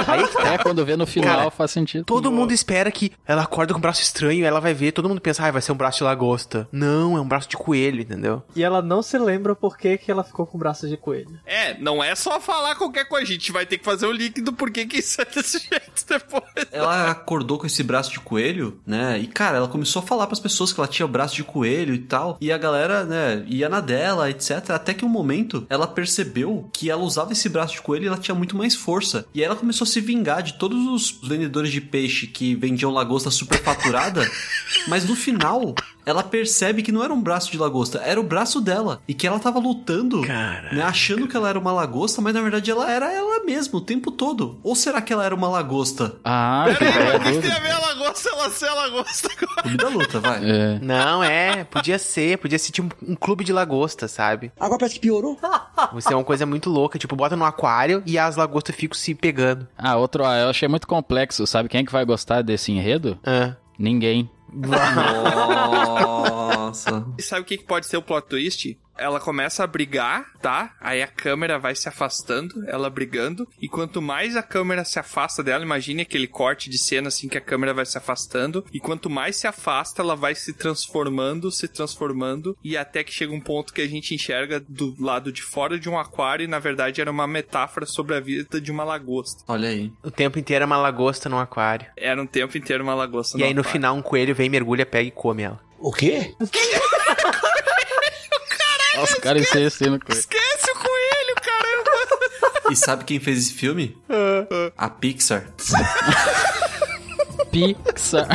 Aí que tá.
É, quando vê no final
Cara,
faz sentido.
Todo mundo espera que ela acorda com um braço estranho, ela vai ver, todo mundo pensa, ah, vai ser um braço de lagosta. Não, é um braço de coelho, entendeu?
E ela não se lembra por que, que ela ficou com braços de coelho.
É, não é só falar qualquer coisa. A gente vai ter que fazer o líquido porque que isso é desse jeito depois.
Ela acordou com esse braço de coelho, né? E cara, ela começou a falar pras pessoas que ela tinha braço de coelho e tal. E a galera, né, ia na dela, etc. Até que um momento ela percebeu que ela usava esse braço de coelho e ela tinha muito mais força. E aí ela começou a se vingar de todos os vendedores de peixe que vendiam lagosta superfaturada. Mas no final, ela percebe que não era um braço de lagosta, era o braço dela. E que ela tava lutando, né, achando que ela era uma lagosta, mas na verdade ela era ela mesma o tempo todo. Ou será que ela era uma lagosta?
Ah, que
Peraí,
é
mas o que tem a
dúvida.
ver ela gosta, ela se ela gosta agora.
Clube da luta, vai.
É.
Não, é, podia ser, podia ser tipo um clube de lagosta, sabe?
Agora parece que piorou.
Você é uma coisa muito louca, tipo, bota no aquário e as lagostas ficam se pegando.
Ah, outro, ah, eu achei muito complexo. Sabe quem é que vai gostar desse enredo?
Ah.
Ninguém.
Nossa.
E sabe o que que pode ser o plot twist? Ela começa a brigar, tá? Aí a câmera vai se afastando, ela brigando. E quanto mais a câmera se afasta dela, imagine aquele corte de cena assim que a câmera vai se afastando. E quanto mais se afasta, ela vai se transformando, se transformando. E até que chega um ponto que a gente enxerga do lado de fora de um aquário. E na verdade era uma metáfora sobre a vida de uma lagosta.
Olha aí.
O tempo inteiro é uma lagosta num aquário.
Era um tempo inteiro uma lagosta.
E aí no
aquário.
final um coelho vem, mergulha, pega e come ela.
O quê?
É,
Nossa, o cara insistendo com ele.
Esquece o coelho, caramba!
E sabe quem fez esse filme? A Pixar.
Pixar.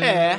É,